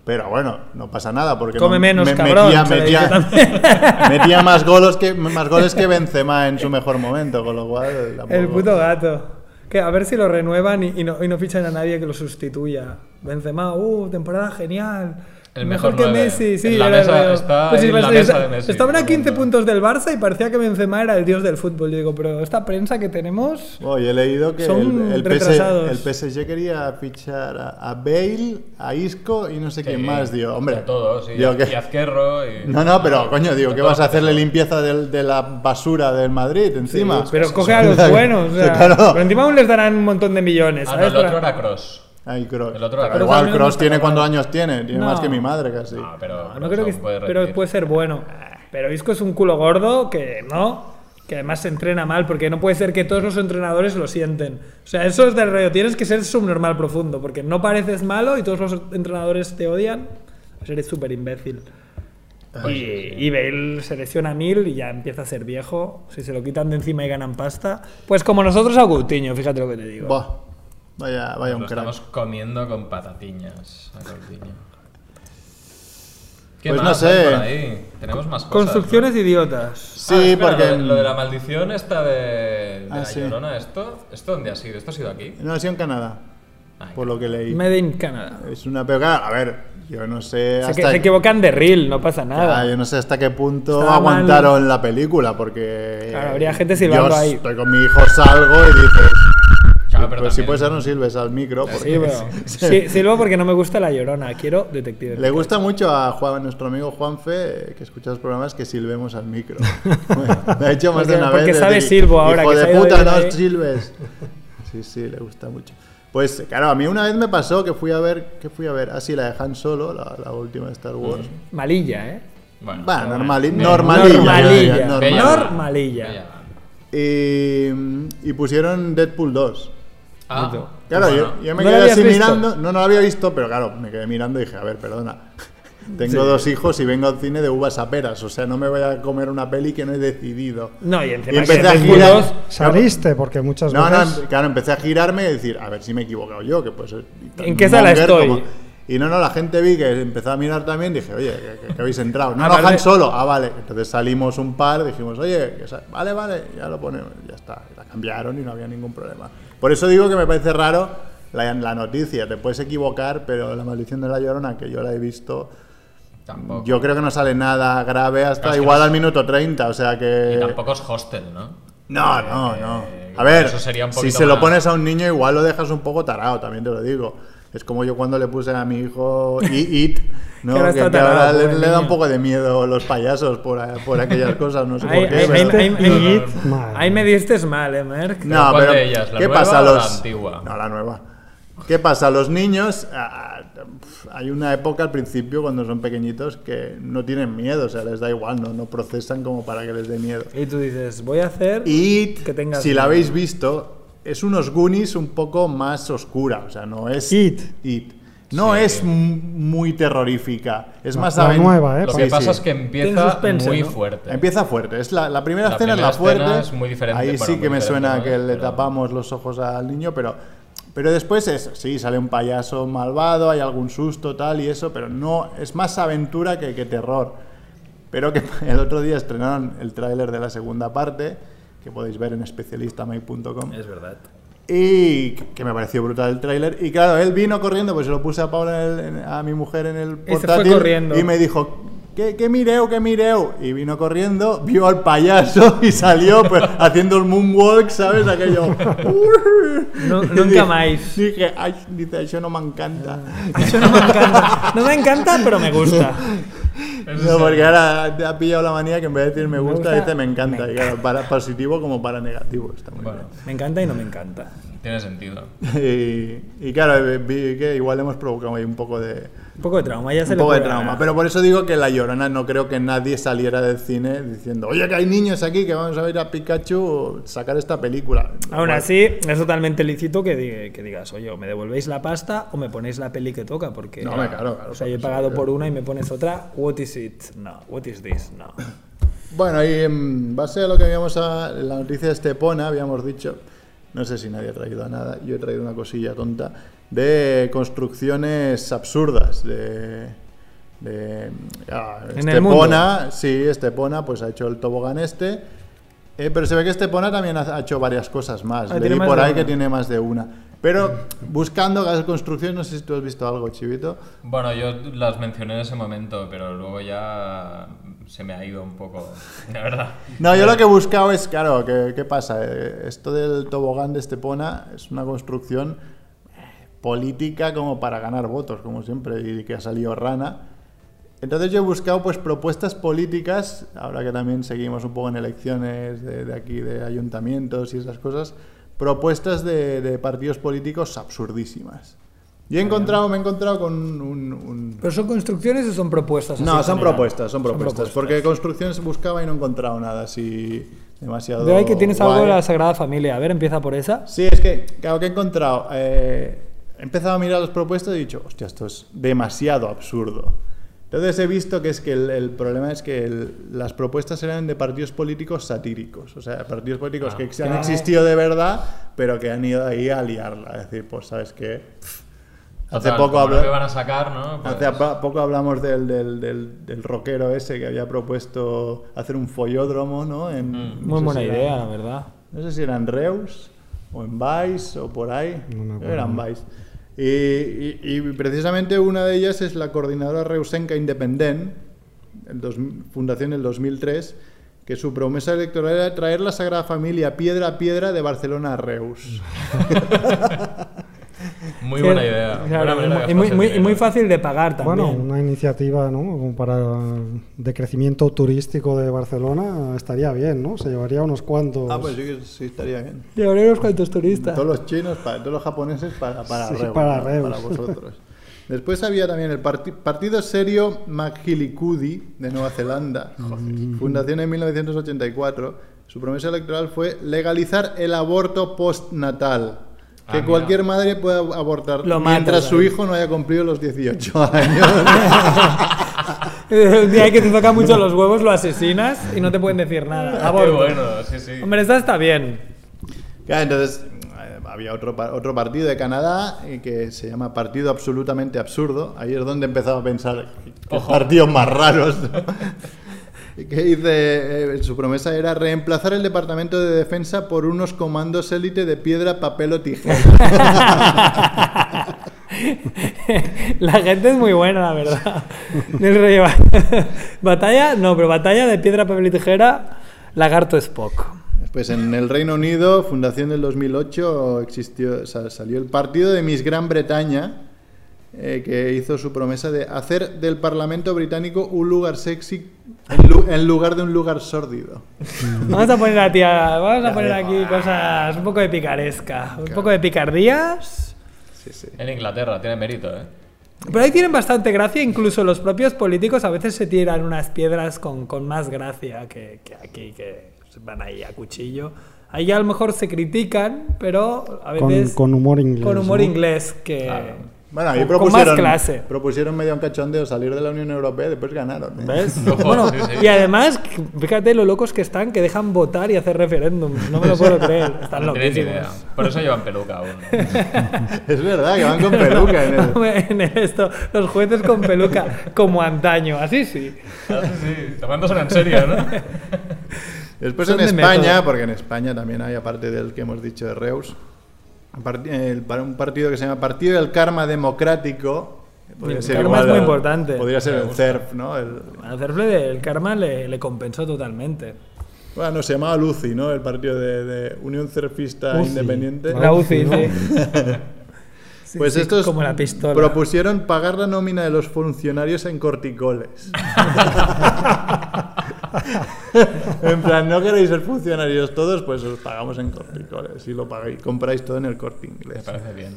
Pero bueno, no pasa nada porque
Come
no-
menos, cabrón,
metía,
se le dice
metía, *laughs* metía más goles que más goles que Benzema en su mejor momento, con lo cual
*laughs* El
tampoco-
puto gato. Que a ver si lo renuevan y, y no, y no fichan a nadie que lo sustituya. Benzema, uh, temporada genial.
El mejor nueve.
que Messi, sí.
En la
era el
mesa-
reo.
está
sí,
en la
sí,
mesa
está-
de Messi.
Estaban a 15
Bueno.
puntos del Barça y parecía que Benzema era el dios del fútbol. Yo digo, pero esta prensa que tenemos.
Bueno, yo he leído que
Son
el, el PS
retrasados.
el PSG quería fichar a, a Bale, a Isco y no sé
Sí,
quién más, digo, hombre.
a todos, sí.
digo
y
que-
Azquerro y...
no, no,
Eh,
pero coño, digo,
A
¿qué
todos.
vas a hacerle limpieza del- de la basura del Madrid encima?
Pero coge a los
*laughs*
buenos. o sea,
Claro.
Pero encima aún les darán un montón de millones.
Ah, no,
¿sabes?
el otro era Cross.
Ay, Kroos.
El otro era Kroos.
Pero igual
También
Cross
no
tiene
está
cuántos
mal.
años tiene, tiene
No.
más que mi madre casi.
No, Ah, pero,
Ah, No, no creo que
aún puede
pero
remitir.
puede ser bueno. Pero Isco es un culo gordo que no, que además se entrena mal, porque no puede ser que todos los entrenadores lo sienten. O sea, eso es del rollo. Tienes que ser subnormal profundo, porque no pareces malo y todos los entrenadores te odian. Pues eres súper imbécil.
Pues
y,
sí, sí.
y Bale se lesiona a mil y ya empieza a ser viejo. Si se lo quitan de encima y ganan pasta. Pues como nosotros a Coutinho, fíjate lo que te digo.
Buah, vaya, vaya un
Lo
crack.
estamos comiendo con patatiñas a Coutinho. ¿Qué
Pues no
más hay
sé.
por ahí? Tenemos más cosas.
Construcciones idiotas.
¿no? Ah,
Sí,
espera,
porque...
Lo de, lo de la maldición esta de, de
Ah,
la
sí.
llorona, ¿esto? ¿Esto dónde ha sido? ¿Esto ha sido aquí?
No, ha sido en Canadá,
Ay,
por lo que leí.
Made in Canadá.
Es una pegada, a ver, yo no sé
Se,
hasta...
que- se equivocan de reel, no pasa nada.
Ah, yo no sé hasta qué punto
Estaba mal.
aguantaron la película, porque.
Claro, habría gente silbando
yo
ahí.
Estoy con mi hijo, salgo y dices.
Claro, ah, pero
pues si
también-
puede ser, no silbes al micro. Porque *laughs*
Sí, pero. Sí, silbo porque no me gusta la llorona. Quiero detective.
Le gusta mucho a Juan, nuestro amigo Juanfe, que escucha los programas, que silbemos al
*laughs*
micro. Me ha hecho más
Porque-
de una
porque
vez. de
sabe
decir,
silbo ahora,
Hijo
que se ha
de
ido
puta,
de
no
ahí".
silbes. Sí, sí, le gusta mucho. Pues claro, a mí una vez me pasó que fui a ver, que fui a ver, así la de Han Solo, la, la última de Star Wars.
Malilla, ¿eh?
Mm, Bueno,
Va, normali-
bien.
normalilla.
Normalilla.
ya, ya,
Bella.
normal.
Normalilla.
Y, y pusieron Deadpool 2.
Ah,
Claro,
bueno.
yo, yo me
¿No lo
quedé
habías
así
visto?
mirando. No, no lo había visto, pero claro, me quedé mirando y dije, a ver, perdona. *laughs* Tengo dos hijos y vengo al cine de uvas a peras. O sea, no me voy a comer una peli que no he decidido.
No, y encima
Y
que
empecé a
Deadpool
girar.
dos-
Saliste, porque muchas
No, no, em,
veces.
claro, empecé a girarme y decir, a ver si me he equivocado yo, que pues...
¿En qué sala
monger
estoy?
Y no, no, la gente vi que empezó a mirar también, dije, oye, que, que- que habéis entrado. No,
Ah,
no,
vale.
Han Solo. Ah, vale. Entonces salimos un par, dijimos, oye, que sa- vale, vale, ya lo ponemos, ya está. Y La cambiaron y no había ningún problema. Por eso digo que me parece raro la, la noticia, te puedes equivocar, pero la maldición de la llorona, que yo la he visto,
Tampoco.
yo creo que no sale nada grave
Pero
hasta
es que
igual
no-
al minuto 30, o sea que...
Y tampoco es hostel, ¿no?
No,
Eh,
no, no.
eh,
A ver,
eso sería un
si
poquito
se lo
más-
pones a un niño, igual lo dejas un poco tarado, también te lo digo. Es como yo cuando le puse a mi
*laughs*
hijo I- It, ¿no?
Que ahora
que,
está
que
tarado,
ahora le,
pobre
le da un
niño.
poco de miedo los payasos por, a- por aquellas cosas, no sé
Ahí,
por qué.
ahí, ahí,
pero-
ahí, ahí-
Hit, madre.
ahí me diste mal, ¿eh, Merck?
no,
¿Cuál
pero
de ellas, la
¿qué
nueva
pasa a
o la
los
antigua?
No, la nueva. ¿Qué pasa? Los niños ah, pf, hay una época al principio cuando son pequeñitos que no tienen miedo, o sea, les da igual, no, no procesan como para que les dé miedo.
Y tú dices, voy a hacer
Y
que tengas
si la
miedo.
habéis visto, es unos Goonies un poco más oscura, o sea, no es
It.
It. No
Sí.
es m- muy terrorífica, es
La-
más
la
aven-
nueva, ¿eh?
Lo
Sí,
que
sí.
pasa es que
Tiene
empieza
suspense,
muy
¿no?
fuerte.
Empieza fuerte, es la, la primera
La
escena
primera
es la fuerte.
escena es muy diferente,
Ahí
bueno,
sí
muy
que me
diferente,
suena
¿no?
que le
Pero-
tapamos los ojos al niño, pero pero después es sí, sale un payaso malvado, hay algún susto tal y eso, pero no es más aventura que, que terror. Pero que *laughs* el otro día estrenaron el tráiler de la segunda parte, que podéis ver en especialistamake.com.
Es verdad.
Y que me pareció brutal el tráiler. Y claro, él vino corriendo, pues se lo puse a Paula, en el- en- a mi mujer en el
Y se fue
portátil.
corriendo.
y me dijo, ¿Qué, qué mireo, qué mireo? Y vino corriendo, vio al payaso *laughs* y salió pues, haciendo el moonwalk, ¿sabes? Aquello. *laughs*
No-
Y
nunca
dije-
más. Ah.
Dije, "Ay", dice, eso no me encanta.
Eso no me encanta. No me encanta, pero me gusta.
*laughs* No, porque ahora te ha pillado la manía que en vez de decir me gusta,
gusta,
dice me encanta.
me
Y claro, para positivo como para negativo. Está muy bien. *laughs*
Bueno,
Me encanta y no me encanta.
tiene sentido.
Y, y claro, eh, vi que igual hemos provocado ahí un poco de,
Un poco de trauma, ya se
un
le
poco de
puede
trauma.
ganar.
Pero por eso digo que La Llorona no creo que nadie saliera del cine diciendo, oye, que hay niños aquí, que vamos a ver a Pikachu sacar esta película.
Aún
Bueno,
así, es totalmente lícito que, di- que digas, oye, o me devolvéis la pasta o me ponéis la peli que toca, porque...
No, hombre, claro, claro,
o sea,
claro,
yo he pagado por una y me pones otra, what is it? No, what is this? No.
Bueno, y en base a lo que habíamos a la noticia de Estepona, habíamos dicho, no sé si nadie ha traído a nada, yo he traído una cosilla tonta, de construcciones absurdas, de... de ah,
En el mundo.
Estepona, sí, Estepona, pues ha hecho el tobogán este, eh, pero se ve que Estepona también ha, ha hecho varias cosas más,
Ah,
leí
tiene más
por
de
ahí que
una.
tiene más de una. Pero buscando las construcciones, no sé si tú has visto algo, Chivito.
Bueno, yo las mencioné en ese momento, pero luego ya se me ha ido un poco, *laughs* la verdad.
No, yo lo que he buscado es, claro, ¿qué, qué pasa? Eh, Esto del tobogán de Estepona es una construcción eh, política como para ganar votos, como siempre, y que ha salido rana. Entonces yo he buscado pues propuestas políticas, ahora que también seguimos un poco en elecciones de, de aquí, de ayuntamientos y esas cosas, propuestas de, de partidos políticos absurdísimas. Y he encontrado, me he encontrado con un- un
¿Pero son construcciones o son propuestas? así
no,
en
son
general?
propuestas, son propuestas, Porque construcciones buscaba y no encontraba nada así demasiado.
De ahí que tienes algo
guay.
de la Sagrada Familia. A ver, empieza por esa.
Sí, es que, claro, que he encontrado. eh, he empezado a mirar las propuestas y he dicho, hostia, esto es demasiado absurdo. Entonces he visto que es que el, el problema es que el- las propuestas eran de partidos políticos satíricos, o sea, partidos políticos
Ah,
que ex- han existido de verdad, pero que han ido ahí a liarla. Es decir, pues, ¿sabes qué? Hace
Total,
poco
como
hablé.
lo que van a sacar, ¿no? Pues,
Hace pa- poco hablamos del, del, del, del rockero ese que había propuesto hacer un follódromo, ¿no? En, no
Muy
sé
buena
si era-
idea, la verdad.
no sé si era en Reus o en Vice o por ahí.
No me acuerdo.
Era en Vice. Y, y- y precisamente una de ellas es la coordinadora reusenca independent, el dos- fundación en el 2003, que su promesa electoral era traer la Sagrada Familia piedra a piedra de Barcelona a Reus.
muy
Sí,
buena idea. buena manera
claro,
de
y,
gastarse
muy,
el
muy- y
dinero. *laughs*
muy fácil de pagar también.
Bueno, una iniciativa ¿no? Como para de crecimiento turístico de Barcelona estaría bien, ¿no? Se llevaría unos cuantos.
Ah, pues sí, que sí estaría bien.
De abrir unos cuantos turistas.
Todos los chinos, para, todos los japoneses para, para
Sí,
Reus,
para
¿no?
Reus.
para vosotros. Después había también el parti- Partido Serio Mahilikudi de Nueva Zelanda,
Mm.
fundación en 1984. Su promesa electoral fue legalizar el aborto postnatal.
Ah,
Que
mira.
cualquier madre pueda abortar
Lo
mientras
matas
su
ahí.
hijo no haya cumplido los 18 *laughs* años.
*laughs* Un día que te toca mucho los huevos, lo asesinas y no te pueden decir nada.
Ah, qué
Aborto.
bueno, sí, sí.
Hombre, esta está bien.
Claro, entonces eh, había otro, pa- otro partido de Canadá eh, que se llama Partido Absolutamente Absurdo. Ahí es donde empezaba a pensar qué partidos más raros. ¿no? *laughs* Y que dice, eh, su promesa era reemplazar el Departamento de Defensa por unos comandos élite de piedra, papel o tijera.
la gente es muy buena, la verdad. Del rollo, *laughs* batalla, no, pero batalla de piedra, papel y tijera, lagarto Spock.
Pues en el Reino Unido, fundación del 2008, existió, sa- salió el partido de Miss Gran Bretaña, eh, que hizo su promesa de hacer del Parlamento británico un lugar sexy en, lu- en lugar de un lugar sórdido.
Vamos a poner a tía, vamos a poner aquí cosas un poco de picaresca, un poco de picardías.
Sí, sí.
En Inglaterra, tiene mérito, ¿eh?
Pero ahí tienen bastante gracia, incluso los propios políticos a veces se tiran unas piedras con, con más gracia que, que aquí, que se van ahí a cuchillo. Ahí a lo mejor se critican, pero a
Con-
veces...
con humor inglés,
Con humor
¿no?
inglés, que...
Claro.
Bueno, ahí
con- con
propusieron,
más clase.
propusieron medio un cachondeo salir de la Unión Europea y después ganaron. ¿eh?
*laughs* Ojo,
*laughs* Bueno,
sí, sí.
y además, fíjate lo locos que están, que dejan votar y hacer referéndums. No me lo
*laughs*
puedo creer. Están
No tienen ni idea.
loquísimos.
Por eso llevan peluca aún.
*laughs*
¿no?
*laughs* Es verdad, que van con peluca en el...
En esto, los jueces con peluca, como antaño, así sí.
Ah, sí, sí, tomándoselo en serio,
*laughs*
¿no?
Después
Son
en
de
España,
método.
porque en España también hay, aparte del que hemos dicho de Reus, un, part- el par- un partido que se llama Partido del Karma Democrático. que podría
El
ser
karma
igual
es muy
al-
importante.
Podría ser
Me
el
gusta.
CERF, ¿no? El-
Al Cerfle el karma le, le compensó totalmente.
bueno, no, se llamaba Lucy, ¿no? El partido de, de Unión Cerfista
Uci.
Independiente.
La
La
UCI,
*laughs*
UCI, sí. Sí,
Pues
sí,
estos
Como la pistola.
propusieron pagar la nómina de los funcionarios en
*laughs*
corticoles. en plan, no queréis ser funcionarios todos, pues os pagamos en corticoles. Y lo pagáis, compráis todo en el corte
Me
inglés.
parece bien.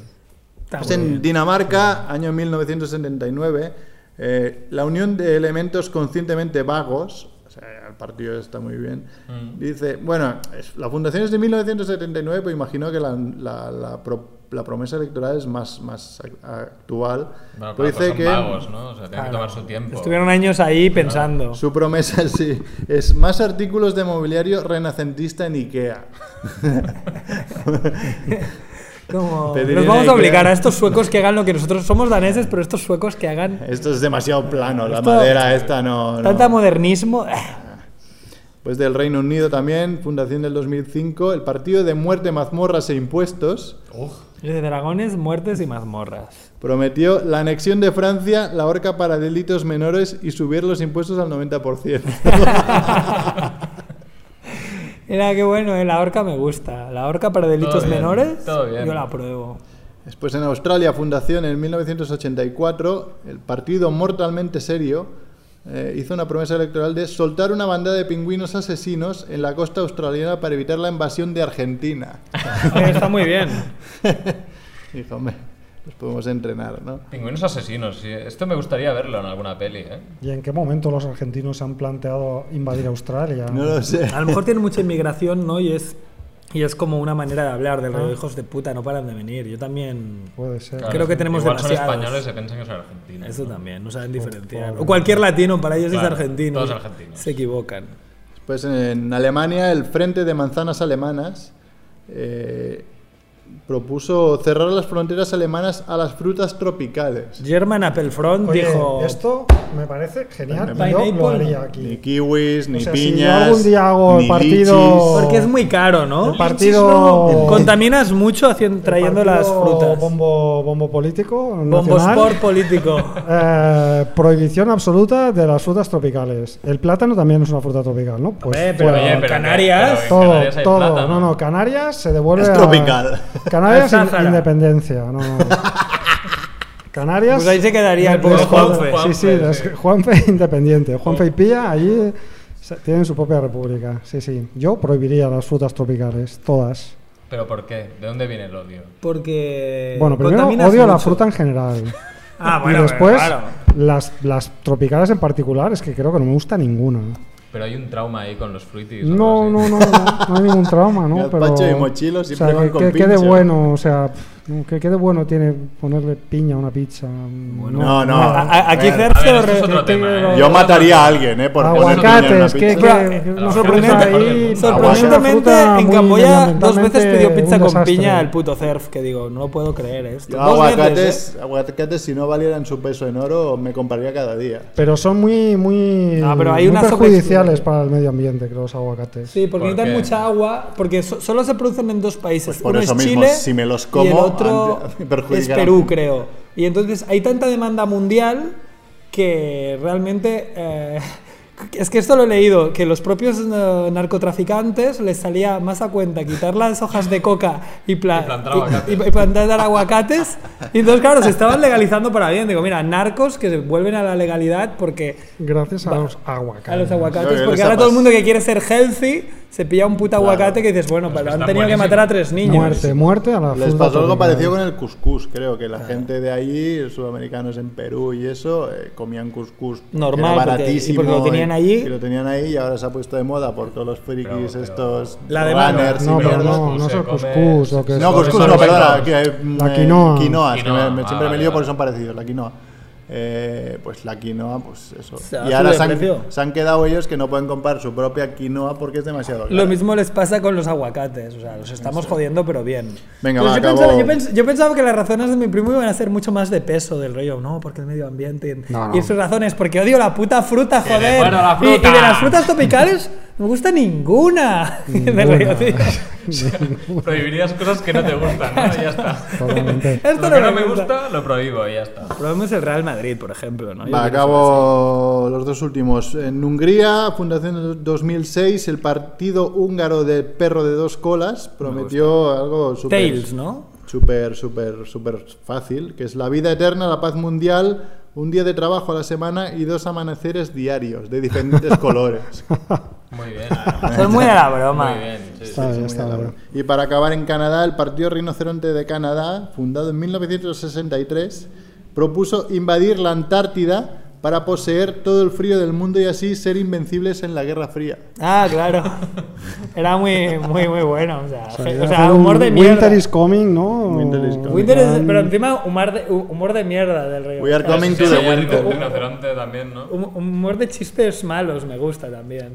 Está
Pues
muy
en
bien.
Dinamarca, año 1979, eh, la unión de elementos conscientemente vagos, o sea, el partido está muy bien,
Mm.
dice, bueno, es- la fundación es de 1979, pero pues imagino que la, la- la pro- la promesa electoral es más, más ac- actual.
Bueno, claro,
Pero
pues
dice
son
que
vagos, ¿no? O sea, tienen
Claro.
que tomar su tiempo.
Estuvieron años ahí pensando.
su promesa *laughs* sí, es más artículos de mobiliario renacentista en Ikea. *laughs*
Como,
Pedir
nos
en
vamos a
Ikea.
obligar a estos suecos que hagan lo que nosotros somos daneses, pero estos suecos que hagan
Esto es demasiado plano, la
Esto-
madera esta no... no.
tanta modernismo. *laughs*
Pues del Reino Unido también, fundación del 2005, el partido de muerte, mazmorras e impuestos
Uf,
De dragones, muertes y mazmorras. *laughs*
prometió la anexión de Francia, la horca para delitos menores y subir los impuestos al 90%.
Mira qué bueno, eh, la horca me gusta. La horca para delitos
Todo bien,
menores,
todo bien.
yo la apruebo.
Después en Australia, fundación en 1984, el partido mortalmente serio eh, hizo una promesa electoral de soltar una bandada de pingüinos asesinos en la costa australiana para evitar la invasión de Argentina.
*laughs*
*laughs*
Está muy bien.
Dijo, hombre, los podemos entrenar, ¿no?
pingüinos asesinos. sí. Esto me gustaría verlo en alguna peli, ¿eh?
¿Y en qué momento los argentinos se han planteado invadir Australia?
No lo sé.
A lo mejor tiene mucha inmigración, ¿no? Y es, y es como una manera de hablar del
Ah.
rollo, hijos de puta, no paran de venir. Yo también.
Puede ser.
Claro,
Creo que
sí.
tenemos
Igual
demasiados.
son españoles se piensan que son argentinos.
Eso también, no saben diferenciar.
pobre.
O cualquier latino, para ellos
Claro,
es argentino.
todos argentinos.
Se equivocan.
Pues en Alemania, el Frente de Manzanas Alemanas eh, propuso cerrar las fronteras alemanas a las frutas tropicales.
German Appelfront
Oye,
dijo.
esto me parece genial.
By
Yo lo
Naples.
haría
Ni
aquí.
kiwis, ni
O sea, si yo
piñas.
algún día hago
ni
partido-
Porque es muy caro, ¿no?
El partido-
Lichis no. Contaminas mucho haciendo,
El
trayendo
partido
las frutas.
Bombo, bombo político.
Bombo
nacional.
sport
*laughs*
político.
Eh, prohibición absoluta de las frutas tropicales. El plátano también es una fruta tropical, ¿no? Pues
Hombre, pero-
fuera.
Oye, Canarias,
en
todo,
Canarias hay
todo.
plátano.
No, no, Canarias se devuelve
Es
a-
tropical.
Canarias
Al
in-
Sáhara.
independencia, no. no. Canarias.
Pues ahí se quedaría el pobre
Pues,
Juanfe.
Sí, sí,
Juanfe,
es-
sí. Oh.
Juanfe *laughs* independiente. Juanfe y Pía allí se- tienen su propia república. Sí, sí. Yo prohibiría las frutas tropicales, todas.
¿Pero por qué? ¿De dónde viene el odio?
Porque.
Eh,
Bueno, primero odio
contaminas
la
mucho.
fruta en general.
Ah, bueno,
y después,
claro.
las, las tropicales en particular, es que creo que no me gusta ninguna.
Pero hay un trauma ahí con los fruitis. o
No,
algo
no,
así. *laughs*
no, no, no hay ningún trauma,
*laughs*
¿no?
Gazpacho
Pero,
y mochilo
o
siempre
sea,
van
que-
con
que, que de
pincho.
bueno, o sea, pff, no, que, que de bueno tiene ponerle piña a una pizza.
No, no.
A- a- aquí
A ver,
Cerf
A
se
ver,
lo
esto es
re-
otro tema, ¿eh?
Yo mataría a alguien, ¿eh? Por poner piña en una
Aguacates, que,
pizza.
que,
Pero,
que no
eh,
se
fruta
ponen
mejor
ahí.
del mundo.
Sorprendentemente,
Una fruta
en
muy
Camboya dos veces
medioambientalmente
pidió pizza
un
con
desastre.
piña al puto Cerf, que digo, no puedo creer esto.
Yo
Dos veces,
aguacates,
¿eh?
aguacates, si no valieran su peso en oro, me compraría cada día.
Pero son muy, muy,
Ah, pero hay
muy
una sobre-
perjudiciales para el medio ambiente, creo, los aguacates.
Sí, porque
¿Por
necesitan
qué?
mucha agua, porque so- solo se producen en dos países.
Pues por
Uno
eso
es
mismo,
Chile
si me los
y el
como,
otro
antes- *laughs* me
es
perjudicarán.
Perú, creo. Y entonces hay tanta demanda mundial que realmente... eh, *laughs* es que esto lo he leído, que los propios eh, narcotraficantes les salía más a cuenta quitar las hojas de coca y, pla-
Y plantar
y-
aguacates.
y- y plantar aguacates. Y entonces, claro, se estaban legalizando para bien. Digo, mira, narcos que se vuelven a la legalidad porque
Gracias a
Va-
los aguacates.
a los
Creo
aguacates,
que
porque
les
ahora
ha
todo el
pas-
mundo que quiere ser healthy se pilla un puto aguacate que dices, bueno, pero han
están
tenido que
buenísimos.
matar a tres niños.
Muerte, muerte a la
Les
fruta
pasó algo
tropical.
parecido con el cuscús, creo que
Ah.
la gente de ahí, sudamericanos en Perú y eso, eh, comían cuscús que
Normal,
era
porque- y
baratísimo
porque lo tenían
y-
allí.
y lo tenían ahí y ahora se ha puesto de moda por todos los frikis
Pero- pero-
estos
La de mano.
runners
No,
y
pero
mierdas.
no, no
Se
es el
come-
cuscús. Lo que es-
No,
Sobre
cuscús
todo
no,
el
perdona,
bailón.
que, eh,
La
eh,
quinoa.
quinoa, es que
Quinoa,
me- me-
ah,
siempre me
vale,
lío porque
vale.
son parecidos, la quinoa. Eh, pues la quinoa, pues eso.
Se
y
sube
ahora
de
se han,
precio.
se han quedado ellos que no pueden comprar su propia quinoa porque es demasiado
Lo
cara.
mismo les pasa con los aguacates, o sea, los estamos jodiendo pero bien.
Venga,
Pero
va,
yo,
acabo.
pensaba, yo, pens- yo pensaba que las razones de mi primo iban a ser mucho más de peso del rollo, no, porque el medio ambiente y-
No, no.
y sus razones, porque odio la puta fruta,
me
joder.
muero la
Y- Y,
fruta.
de las
*laughs*
frutas tropicales no me gusta ninguna. *laughs* Del rollo, tío.
Prohibirías cosas que no te gustan, ¿no? Y ya está.
*laughs*
*laughs*
Totalmente.
Esto
Lo que no me gusta, lo prohíbo y ya está.
Probemos el Real Madrid, por ejemplo, ¿no? Yo
Va,
creo que
acabo los dos últimos. En Hungría, fundación 2006, el partido húngaro de perro de dos colas prometió algo
es-
súper...
Tails, ¿no?
súper, súper, súper fácil, que es la vida eterna, la paz mundial, un día de trabajo a la semana y dos amaneceres diarios de diferentes colores.
Muy bien.
Son muy a la broma.
Muy bien, sí,
Ah,
sí.
Está bien, está bien.
Y para acabar en Canadá, el Partido Rinoceronte de Canadá, fundado en 1963, propuso invadir la Antártida para poseer todo el frío del mundo y así ser invencibles en la Guerra Fría.
Ah,
*laughs*
claro. Era muy, muy, muy bueno. O sea,
O sea,
o
iba a
sea,
hacer un
humor de mierda.
Winter is coming, ¿no?
Winter is coming.
Winter is-
Um,
pero encima humor de, hu- humor de mierda del rey.
We are coming
Sí,
to
sí,
the
ya digo, un
winter.
rinoceronte también, ¿no?
Humor de chistes malos me gusta también.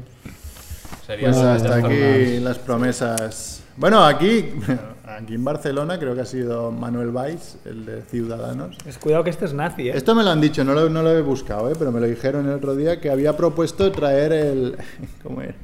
Sería
Pues
una de
hasta
las
aquí las promesas. Bueno, aquí, *laughs* aquí en Barcelona creo que ha sido Manuel Valls, el de Ciudadanos.
Pues cuidado que este es nazi, ¿eh?
Esto me lo han dicho, no lo, no lo he buscado, ¿eh? pero me lo dijeron el otro día que había propuesto traer el *laughs* ¿cómo era?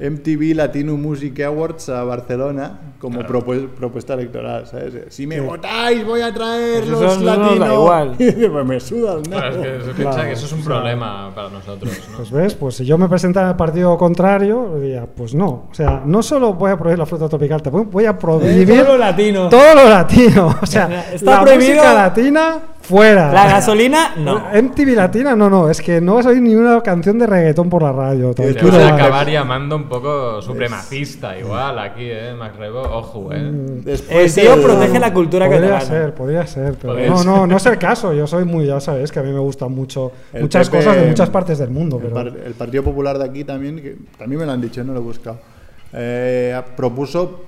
MTV Latino Music Awards a Barcelona como propu- propuesta electoral. ¿sabes? Si me votáis, voy a traer
Pues eso
los
no nos da
latinos. *laughs*
igual.
pues me suda el
Claro,
nabo.
es que,
Claro,
piensa que eso es un problema para nosotros, ¿no?
Pues ves, pues si yo me presentara al partido contrario, diría, pues no. O sea, no solo voy a prohibir la fruta tropical, te voy- voy a
Eh,
prohibir
todo lo latino.
todo lo latino. *laughs* O sea,
Está
la
prohibido-
música latina, fuera. Eh,
La
*laughs*
gasolina, no.
MTV Latina, no, no, es que no vas a oír ni una canción de reggaetón por la radio.
Y
Te
de
tranquilo.
vas a
Incluso-
acabar llamando un poco supremacista igual aquí, ¿eh? Mac Rebo, ojo, ¿eh?
El
Después
tío
el-
protege la cultura
Podría
catalana.
ser, podría ser, pero
Podría
no,
ser.
no, no es el caso. Yo soy muy, ya sabéis, que a mí me gustan mucho
El
muchas
PP,
cosas de muchas partes del mundo.
El,
Pero
par- el Partido Popular de aquí también, que también me lo han dicho, no lo he buscado, eh, ha- propuso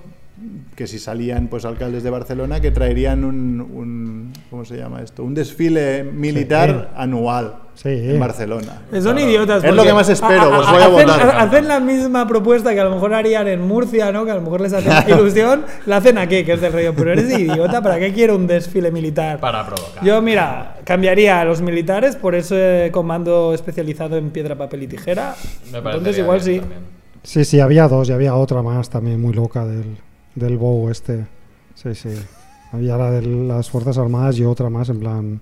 que si salían pues alcaldes de Barcelona que traerían un, un- ¿cómo se llama esto? Un desfile militar anual
Sí.
en Barcelona.
Son idiotas.
Es lo
porque
que más espero,
a- a-
os voy a
hacen,
votar.
a- hacen la misma propuesta que a lo mejor harían en Murcia, ¿no? Que a lo mejor les
*laughs*
hace ilusión. La hacen aquí, que es del rollo. Pero eres idiota, ¿para qué quiero un desfile militar?
Para provocar.
Yo, mira, cambiaría a los militares por ese comando especializado en piedra, papel y tijera.
Me parecería
Entonces, igual
bien eh,
sí.
también. *laughs*
sí, sí, había dos y había otra más también muy loca del, del Bow este. Sí, sí. Había la de las Fuerzas Armadas y otra más en plan.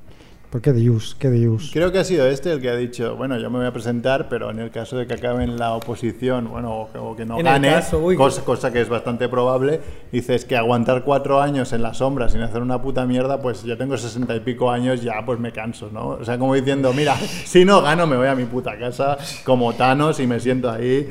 ¿Por qué de use? ¿Qué de use?
Creo que ha sido este el que ha dicho, bueno, yo me voy a presentar, pero en el caso de que acabe en la oposición, bueno, o que, o que no
En el
gane,
caso, uy.
cosa, cosa que es bastante probable, dices que aguantar cuatro años en la sombra sin hacer una puta mierda, pues yo tengo sesenta y pico años, ya pues me canso, ¿no? O sea, como diciendo, mira, si no gano me voy a mi puta casa como Thanos y me siento ahí.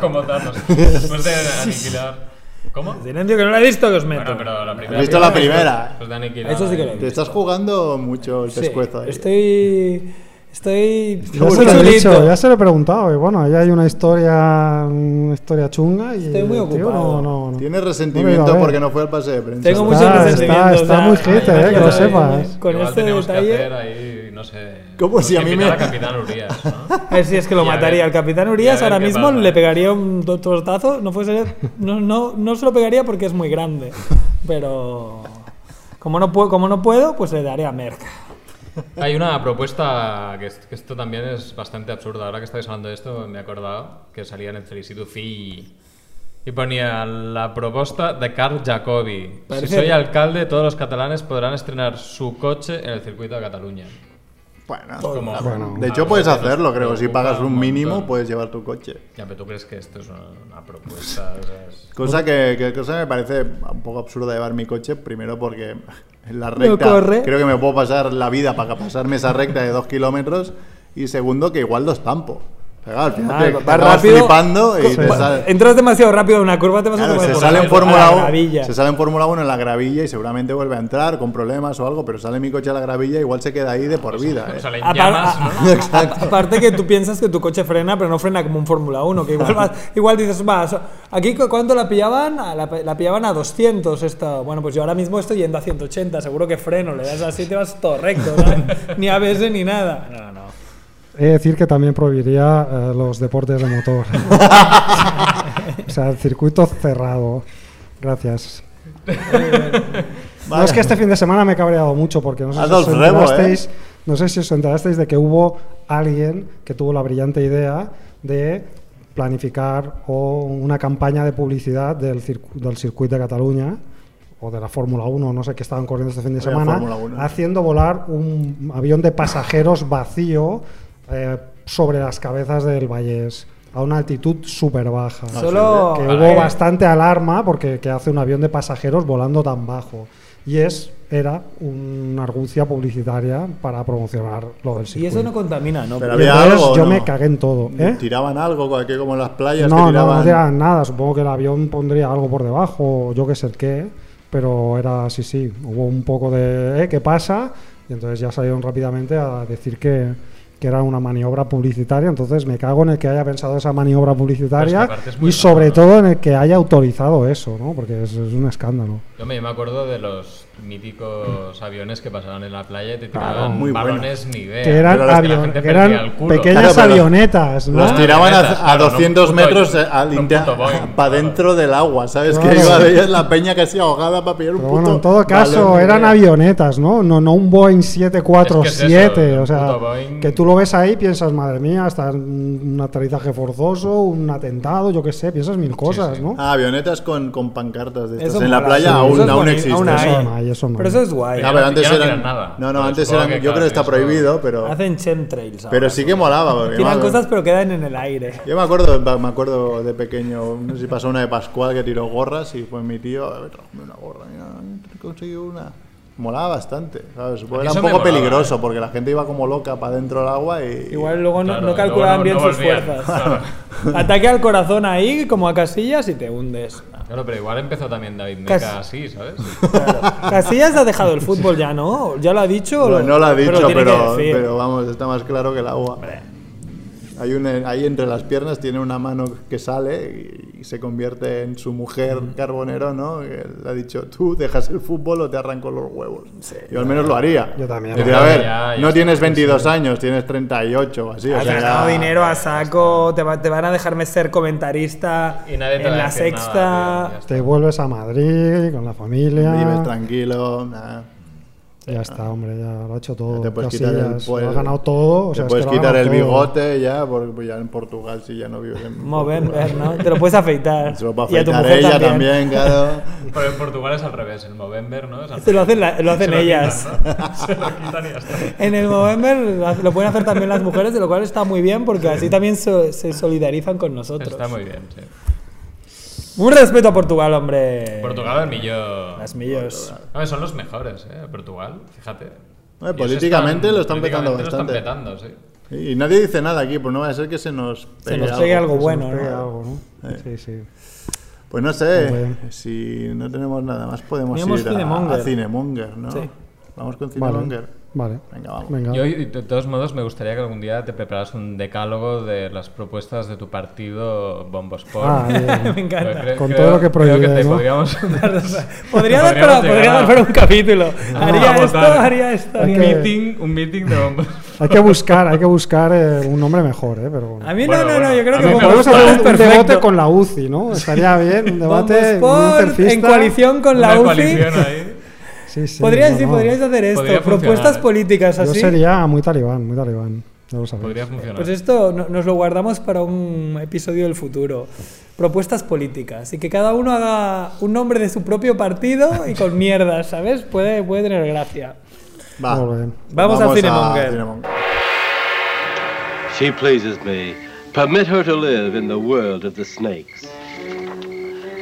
Como Thanos. Después de aniquilar. ¿Cómo?
Silencio, que no lo he visto, que os meto.
Bueno, pero la primera.
¿Has visto la primera?
Pues de aniquilar.
Eso sí que lo he
Te estás jugando mucho el
Sí,
pescuezo ahí.
estoy. Estoy.
Ya
muy
se, lo he
chulito.
dicho, ya se lo he preguntado. Y bueno, ahí hay una historia, una historia chunga. Y
Estoy muy
el tío, no,
ocupado.
no, no.
Tienes
No me
resentimiento
lo veo.
porque no fue al pase de prensa. ¿no?
Tengo mucho
Está-
resentimiento.
está- está muy hipster, eh,
imagínate
que lo
con-
sepas.
Con
Igual
este
tenemos que hacer
detalle.
ahí, no sé.
¿Cómo si a mí me-
eliminar al Capitán Urias, ¿no?
A ver si es que lo
Y a ver-
mataría. El capitán
y a
Urias
ver
ahora
qué
mismo
pasa.
le pegaría un to- tortazo. No, fuese, no, no, no se lo pegaría porque es muy grande. Pero. Como no, puedo, como no puedo, pues le daré a Merck.
Hay una propuesta que, es- que esto también es bastante absurda. Ahora que estáis hablando de esto, me he acordado que salía en el Felicitu Fi y ponía la propuesta de Carl Jacobi. Si
Parece-
soy alcalde, todos los catalanes podrán estrenar su coche en el circuito de Cataluña.
Bueno,
Como-
Bueno.
de
a
hecho puedes
nosotros
hacerlo,
nos
creo. Si
preocupa
pagas un mínimo
montón.
puedes llevar tu coche.
Ya, pero tú crees que esto es una, una propuesta. o sea, es-
Cosa que, que- cosa que me parece un poco absurda llevar mi coche, primero porque *laughs* en la
No
recta
corre.
creo que me puedo pasar la vida para pasarme esa recta de dos kilómetros y segundo que igual los tampo. Claro, al final
Ah,
te,
va
te acabas
rápido.
flipando y
Co-
te
va-
sale.
Entras demasiado rápido en una curva, te vas a
Claro,
tomar
se,
por
sale en
culo.
Fórmula
A la
1,
gravilla.
se sale en Fórmula 1 en la gravilla y seguramente vuelve a entrar con problemas o algo, pero sale mi coche a la gravilla, igual se queda ahí de por vida. ¿eh? *laughs*
Salen
Apar-
llamas,
a-
¿no?
*laughs* a- Aparte que tú piensas que tu coche frena, pero no frena como un Fórmula 1, que
*laughs*
igual, vas- igual dices, va, so- aquí cu- ¿cuánto la pillaban? A La, la pillaban a 200 esta. Bueno, pues yo ahora mismo estoy yendo a 180, seguro que freno, le das así y te vas todo recto, ¿sabes? ni ABS ni nada. No, no.
He de decir que también prohibiría eh, los deportes de
*laughs*
motor. o sea, el circuito cerrado. Gracias. No, es que este fin de semana me he cabreado mucho porque no sé, si
Adolf
os,
Rebo,
enterasteis,
¿eh?
no sé si os enterasteis de que hubo alguien que tuvo la brillante idea de planificar o una campaña de publicidad del, circu- del circuito de Cataluña o de la Fórmula 1, no sé qué estaban corriendo este fin de
Había Fórmula
semana,
1.
haciendo volar un avión de pasajeros vacío eh, sobre las cabezas del Vallés a una altitud súper baja
Ah, Solo.
que
Vale.
hubo bastante alarma porque que hace un avión de pasajeros volando tan bajo. Y es era una argucia publicitaria para promocionar lo del circuito.
Y eso no contamina, ¿no?
Pero
Y
había
entonces
algo, o
yo
no?
me cagué en todo. ¿eh?
Tiraban algo, aquí como en las playas que
No, no,
tiraban.
no tiraban nada. Supongo que el avión pondría algo por debajo, o yo qué sé el qué. Pero era así, sí. Hubo un poco de ¿eh? ¿qué pasa? Y entonces ya salieron rápidamente a decir que, que era una maniobra publicitaria. Entonces me cago en el que haya pensado esa maniobra publicitaria
Pues aparte es muy
y sobre
raro, ¿no?
todo en el que haya autorizado eso, ¿no? Porque es, es un escándalo.
Yo me, yo me acuerdo de los míticos aviones que pasaban en la playa y te tiraban
Claro, muy bueno.
balones ni idea.
Que eran,
pero las
que Eh, la
avion-
gente
que
perdía el
eran
culo.
pequeñas
Claro, pero
avionetas, ¿no?
Los tiraban a,
avionetas,
a
Ah, claro, no un
200
puto-
metros eh, al
no un
inter-
puto
*laughs*
Boeing,
para
claro.
dentro del agua, ¿sabes? Que
Claro.
iba de ellas la peña casi ahogada para pillar un
Pero
puto.
bueno, en todo caso,
balón.
eran avionetas, ¿no? No, no un Boeing
Es
747.
que es eso,
o sea,
un puto Boeing.
que tú lo ves ahí piensas, madre mía, hasta un un aterrizaje forzoso, un atentado, yo qué sé, piensas mil cosas,
sí.
¿no?
Ah, avionetas con, con pancartas de estas.
Eso
en la
mola,
playa
sí.
aún,
Eso es
aún
boni-
existe.
aún hay.
Eso no hay, eso no
Pero
hay.
eso es guay.
No,
Ya
pero
no-
antes
ya no
eran.
tiran nada.
No, no,
Pero
antes
supongo
eran.
que,
yo creo
claro,
que está
eso-
prohibido, pero.
Hacen chemtrails. ahora.
Pero sí que molaba. porque
Tiran
me-
cosas, pero quedan en el aire.
Yo me acuerdo, me acuerdo de pequeño, no sé si pasó una de Pascual que tiró gorras y fue mi tío, a ver, tráeme una gorra, mira, he conseguido una. Molaba bastante, ¿sabes?
eso
Era un
me
poco
molaba,
peligroso
eh.
porque la gente iba como loca para dentro del agua y... *laughs*
Igual luego
Claro,
no- no,
luego
calculaban
no-
bien
no
sus
volvían.
fuerzas. *laughs* Ataque al corazón ahí, como a casillas, y
*laughs*
te hundes.
Claro, pero igual empezó también David
Casi-
Meca
*laughs*
así, ¿sabes?
Casillas ha dejado el fútbol ya, ¿no? ¿Ya lo ha dicho? o
No, no lo ha dicho,
tiene que
pero,
decir.
pero vamos, está más claro que el agua. Hay un, ahí entre las piernas tiene una mano que sale y, y se convierte en su mujer carbonero, ¿no? Que le ha dicho, tú dejas el fútbol o te arranco los huevos. Yo al menos lo haría.
Yo también.
Decir,
Yo
a ver,
también, ya, ya
no
está,
tienes 22 años, tienes 38 o así. o
Has
sea,
ganado
ya-
dinero a saco, te, va- te van a dejarme ser comentarista
Y nadie te va
en
a
la
decir
sexta.
nada, tío, ya está.
Te vuelves a Madrid con la familia.
Vives tranquilo, nada.
Ya está, hombre, ya lo ha hecho todo.
te puedes
Casillas,
quitar el,
lo
el-
ha ganado todo. O sea,
te
es
puedes
que lo ha
quitar el
ganado todo.
bigote ya, porque pues, ya en Portugal si ya no vives en
Muy bien, eh,
Portugal.
ver, ¿no? Te lo puedes afeitar.
Se lo va a
Y a tu
afeitar
mujer
ella
también.
también,
*laughs*
claro.
Pero en Portugal es al revés, el Movember, ¿no? Es al
Se Este lo
revés.
hacen, la- lo hacen
Se lo
ellas.
quitan, ¿no? *laughs* Se lo quitan y ya está.
En el Movember lo- lo pueden hacer también las mujeres, de lo cual está muy bien porque así también so- se solidarizan con nosotros.
Está muy bien, sí.
Un respeto a Portugal, hombre.
Portugal el millón.
Las millos.
No, son los mejores, ¿eh? Portugal, fíjate. Y eso
políticamente lo están petando
políticamente lo están
bastante.
petando, sí.
Y nadie dice nada aquí, pues no va a ser que se nos
Se
pegue
nos
algo.
pegue algo
Que se nos
bueno,
eh.
pegue
¿no?
algo, ¿no? Sí, sí.
Pues no sé,
Hombre.
si no tenemos nada más podemos
Teníamos
ir a-
Cinemonger.
a, Cinemonger, ¿no?
Sí.
Vamos con
Vale.
Cinemonger.
Vale.
Venga, vamos.
Venga.
Yo, y de todos modos, me gustaría que algún día te prepararas un decálogo de las propuestas de tu partido Bombosport.
Ah,
*laughs*
bien.
Me encanta.
Con todo lo que
prohíbe,
prohíbe,
te
¿no?
podríamos...
*laughs*
*laughs*
Podría dar para,
podríamos
podría
llegar
dar
a-
para un capítulo. haría,
a
esto,
votar.
haría esto,
Hay
haría
que-
esto.
meeting, un meeting de Bombosport.
Hay que buscar, hay que buscar eh, un nombre mejor, ¿eh? Pero bueno.
A mí
Bueno,
no, no, no,
bueno,
yo
a
creo
mí
que
me
Podemos
gusta.
hacer un
Perfecto.
debate con la UCI, ¿no? Estaría bien, un debate un
Bombosport en
surfista.
coalición con la
Una
UCI.
coalición ahí.
Sí, sí,
Podríais,
no,
sí,
no.
podríais hacer esto.
Podría
propuestas
funcionar. ¿eh?
políticas
Yo
así.
sería muy talibán, muy talibán. No lo sabéis.
Podría funcionar.
Pues esto no- nos lo guardamos para un episodio del futuro. Propuestas políticas. Y que cada uno haga un nombre de su propio partido y con mierdas, ¿sabes? Puede, puede tener gracia.
Va.
Muy bien.
Vamos a Cinemonger.
She pleases me. Permit her to live in the world of the snakes.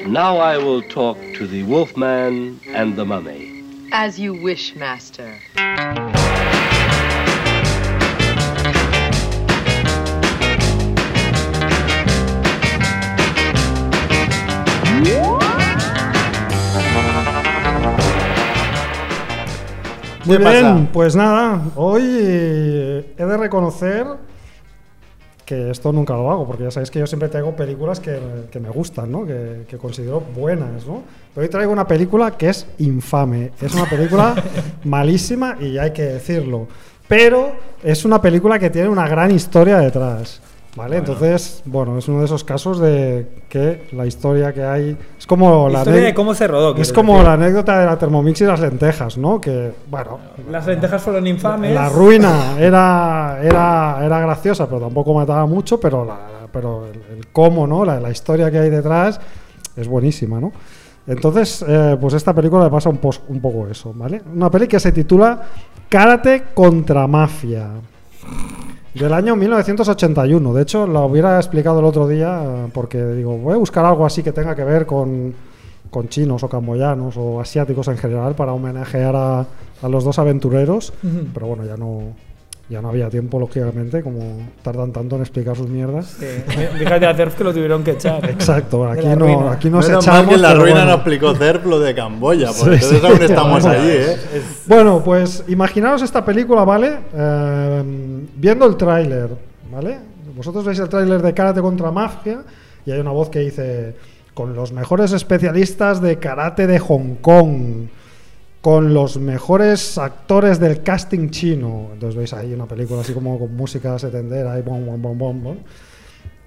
Now I will talk to the wolfman and the mummy.
As you wish, Master.
Muy
¿Qué
bien,
pasa?
pues nada, hoy eh, he de reconocer que esto nunca lo hago, porque ya sabéis que yo siempre traigo películas que, que me gustan, ¿no? que, que considero buenas, ¿no? Pero hoy traigo una película que es infame, es una película
*laughs*
malísima y hay que decirlo, pero es una película que tiene una gran historia detrás. ¿Vale? Entonces, bueno, es uno de esos casos de que la historia que hay es como la
Historia
ane-
de cómo se rodó.
es
quiero
como
decir.
la anécdota de la Thermomix y las lentejas, ¿no? Que, bueno,
Las lentejas fueron infames.
la ruina era, era, era graciosa, pero tampoco mataba mucho, pero, la, pero el, el cómo, ¿no? La, la historia que hay detrás es buenísima, ¿no? Entonces, eh, pues esta película le pasa un, pos- un poco eso, ¿vale? Una peli que se titula Karate contra Mafia. Del año 1981. De hecho, la hubiera explicado el otro día eh, porque digo, voy a buscar algo así que tenga que ver con, con chinos o camboyanos o asiáticos en general para homenajear a, a los dos aventureros.
Ujú.
Pero bueno, ya no, ya no había tiempo, lógicamente, como tardan tanto en explicar sus
*laughs*
mierdas.
Sí, Eh, Fíjate a Cerf que lo tuvieron que echar.
Exacto, aquí
la
no,
ruina.
aquí nos
Menos mal
echamos.
que en la
pero
ruina
bueno.
nos explicó Cerf lo de
*laughs*
Camboya,
Sí,
porque entonces
sí.
aún estamos
Bueno,
allí, ¿eh?
Bueno, pues imaginaros esta película, ¿vale? Eh, viendo el tráiler, ¿vale? Vosotros veis el tráiler de Karate contra Mafia y hay una voz que dice, con los mejores especialistas de karate de Hong Kong, con los mejores actores del casting chino. Entonces veis ahí una película así como con música setentera, ahí, bom, bom, bom, bom, bom.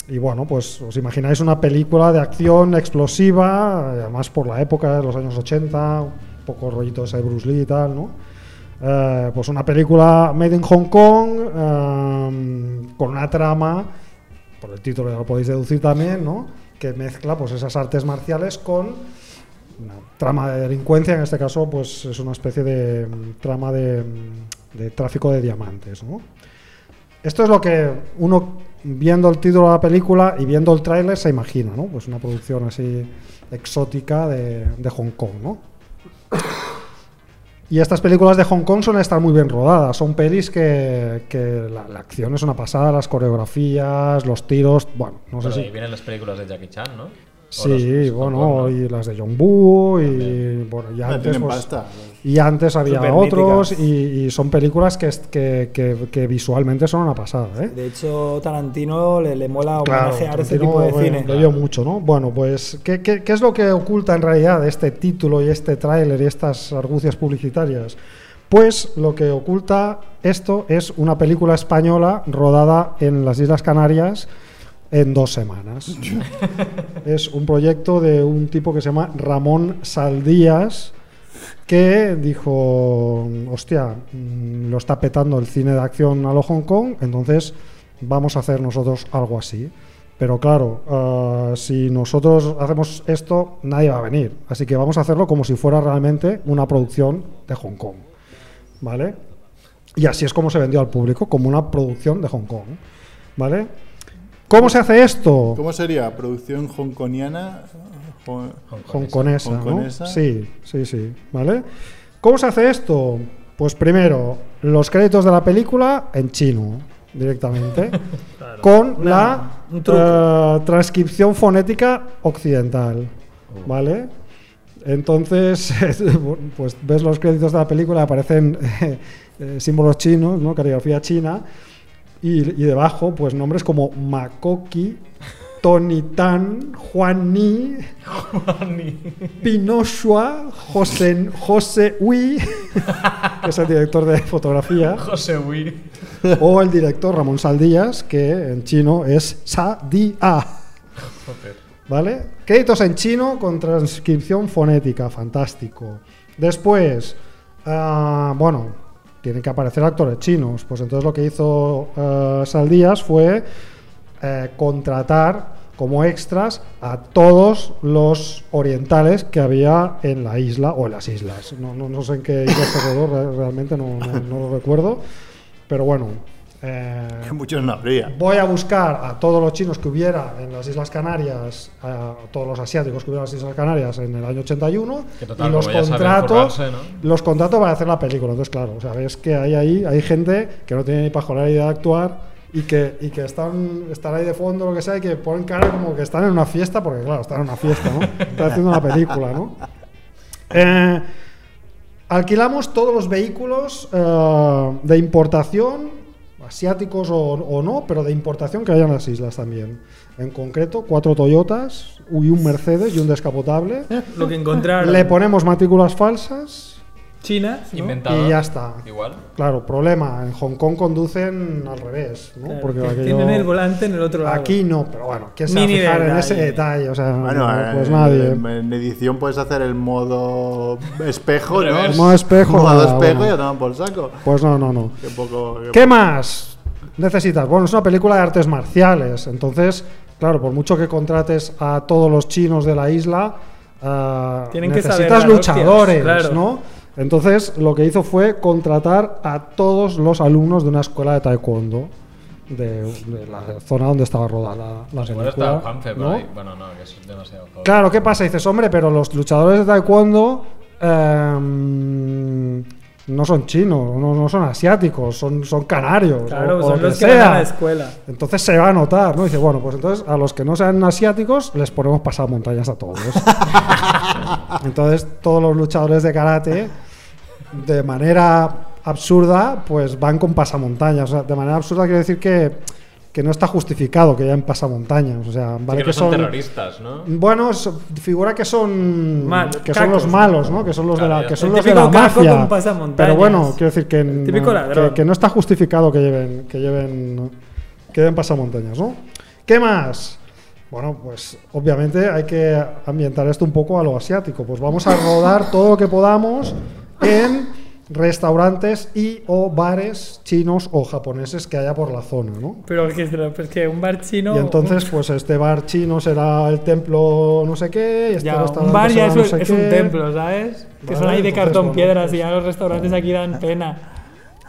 Y bueno, pues os imagináis una película de acción explosiva, eh, además por la época de los años 80, un poco rollito ese de Bruce Lee y tal, ¿no? Eh, pues una película made in Hong Kong, eh, con una trama, por el título ya lo podéis deducir también, ¿no? Que mezcla pues esas artes marciales con una trama de delincuencia, en este caso, pues es una especie de mm, trama de, mm, de tráfico de diamantes, ¿no? Esto es lo que uno, viendo el título de la película y viendo el tráiler, se imagina, ¿no? Pues una producción así exótica de, de Hong Kong, ¿no? Y estas películas de Hong Kong suelen estar muy bien rodadas. Son pelis que, que la, la acción es una pasada, las coreografías, los tiros. Bueno, no sé
Bueno,
si.
ahí vienen las películas de Jackie Chan, ¿no? O los-
Sí,
los
bueno,
Hong Kong, ¿no?
y las de John Boo, y bueno, y antes,
Ah, tienen
pues,
pasta.
y antes había
Supermíticas.
otros, y, y son películas que, est- que, que- que visualmente son una pasada, ¿eh?
De hecho, Tarantino le, le mola homenajear ese
Tarantino,
tipo de
bueno,
cine.
Lo dio mucho, ¿no? Bueno, pues, ¿qué, qué, qué es lo que oculta en realidad este título y este tráiler y estas argucias publicitarias? Pues lo que oculta esto es una película española rodada en las Islas Canarias en dos
*laughs*
semanas. es un proyecto de un tipo que se llama Ramón Saldías que dijo, hostia, mm, lo está petando el cine de acción a lo Hong Kong, entonces vamos a hacer nosotros algo así. Pero claro, ah, si nosotros hacemos esto, nadie va a venir. Así que vamos a hacerlo como si fuera realmente una producción de Hong Kong. ¿Vale? Y así es como se vendió al público, como una producción de Hong Kong. ¿Vale? ¿Cómo se hace esto?
¿Cómo sería? ¿Producción hongkoniana? Jo-
hongkonesa, ¿no?
Hongkonesa.
Sí, sí, sí, ¿vale? ¿Cómo se hace esto? Pues primero, los créditos de la película en chino, directamente, con la
un truco.
eh, transcripción fonética occidental, ¿vale? Entonces, *laughs* pues ves los créditos de la película, aparecen *laughs* eh, símbolos chinos, ¿no? Caligrafía china, y, y debajo, pues nombres como Makoki, Tony Tan, Juan Ni, Pinoshua, José, José Ui, que es el director de fotografía,
José Wii.
o el director Ramón Saldías, que en chino es Sa Di A. ¿Vale? Créditos en chino con transcripción fonética, fantástico. Después, ah, bueno, tienen que aparecer actores chinos. Pues entonces lo que hizo eh, Saldías fue eh, contratar como extras a todos los orientales que había en la isla o en las islas. No, no- no sé en qué *laughs* isla se rodó, re- realmente no, no- no lo recuerdo. Pero bueno. eh,
Que muchos no habría.
Voy a buscar a todos los chinos que hubiera en las Islas Canarias, a todos los asiáticos que hubiera en las Islas Canarias en el año 81
Que total,
y los
como ya saben
contrato,
forrarse, ¿no?
los contrato para hacer la película. Entonces, claro, o sea, ves que hay ahí hay gente que no tiene ni pajolera idea de actuar y que, y que están, están ahí de fondo, lo que sea, y que ponen cara como que están en una fiesta,
*laughs*
porque claro, están en una fiesta, ¿no? Están haciendo una película, ¿no? Eh, Alquilamos todos los vehículos eh, de importación, asiáticos o, o no, pero de importación que hayan en las islas también. En concreto, cuatro Toyotas y un Mercedes y un descapotable.
Ah,
Lo que encontraron.
Le ponemos matrículas falsas.
China. ¿no?
Inventado.
Y ya está.
Igual.
Claro, problema. En Hong Kong conducen al revés, ¿no?
Claro,
Porque
que
aquello-
Tienen el volante en el otro lado.
Aquí no, pero bueno, ¿quién se va a
Mini
fijar en
detalle.
ese detalle? O sea,
Bueno, eh,
no, pues
en-
nadie.
En, en edición puedes hacer el modo espejo, ¿no?
Revés.
Modo espejo,
Modo
nada,
espejo
bueno.
y a tomar por saco.
Pues no, no, no.
Qué poco.
¿Qué más necesitas? Bueno, es una película de artes marciales. Entonces, claro, por mucho que contrates a todos los chinos de la isla, ah,
Tienen que saber
necesitas
dar hostias,
luchadores,
claro.
¿no? Entonces, lo que hizo fue contratar a todos los alumnos de una escuela de taekwondo de, de la zona donde estaba rodada la, la
Seguro está
película,
Juanfe por
¿no?
ahí. Bueno, no, que es demasiado pobre.
Claro, ¿qué pasa? Dices, hombre, pero los luchadores de taekwondo em, no son chinos, no, no son asiáticos, son, son canarios.
Claro,
o- o
son
lo
los que
que
van a
sea.
la escuela.
Entonces se va a notar, ¿no? Dice, bueno, pues entonces a los que no sean asiáticos les ponemos pasar montañas a
*laughs*
todos. entonces todos los luchadores de karate, de manera absurda, pues van con pasamontañas. O sea, de manera absurda quiere decir que, que no está justificado que hayan pasamontañas. O sea,
Sí
vale
que no
que
son
son
terroristas, ¿no?
bueno, so- figura que son
Mal-
que son
cacos.
los malos, ¿no? Que son los de la
Claro,
que son
el
los de la
típico caco
mafia.
con pasamontañas.
Pero bueno, quiero decir que,
El típico
no-
ladrón.
que, que no está justificado que lleven que lleven que lleven pasamontañas, ¿no? ¿Qué más? Bueno, pues obviamente hay que ambientar esto un poco a lo asiático. Pues vamos a rodar todo lo que podamos en restaurantes y o bares chinos o japoneses que haya por la zona, ¿no?
Pero es que, pero es que un bar chino.
Y entonces, pues este bar chino será el templo no sé qué, y este
Ya,
restaurante
un bar ya
será
es,
no sé
es un
qué.
templo, ¿sabes? Que son
Vale,
ahí de
entonces,
cartón
bueno,
piedras y
pues-
ya los restaurantes aquí dan pena.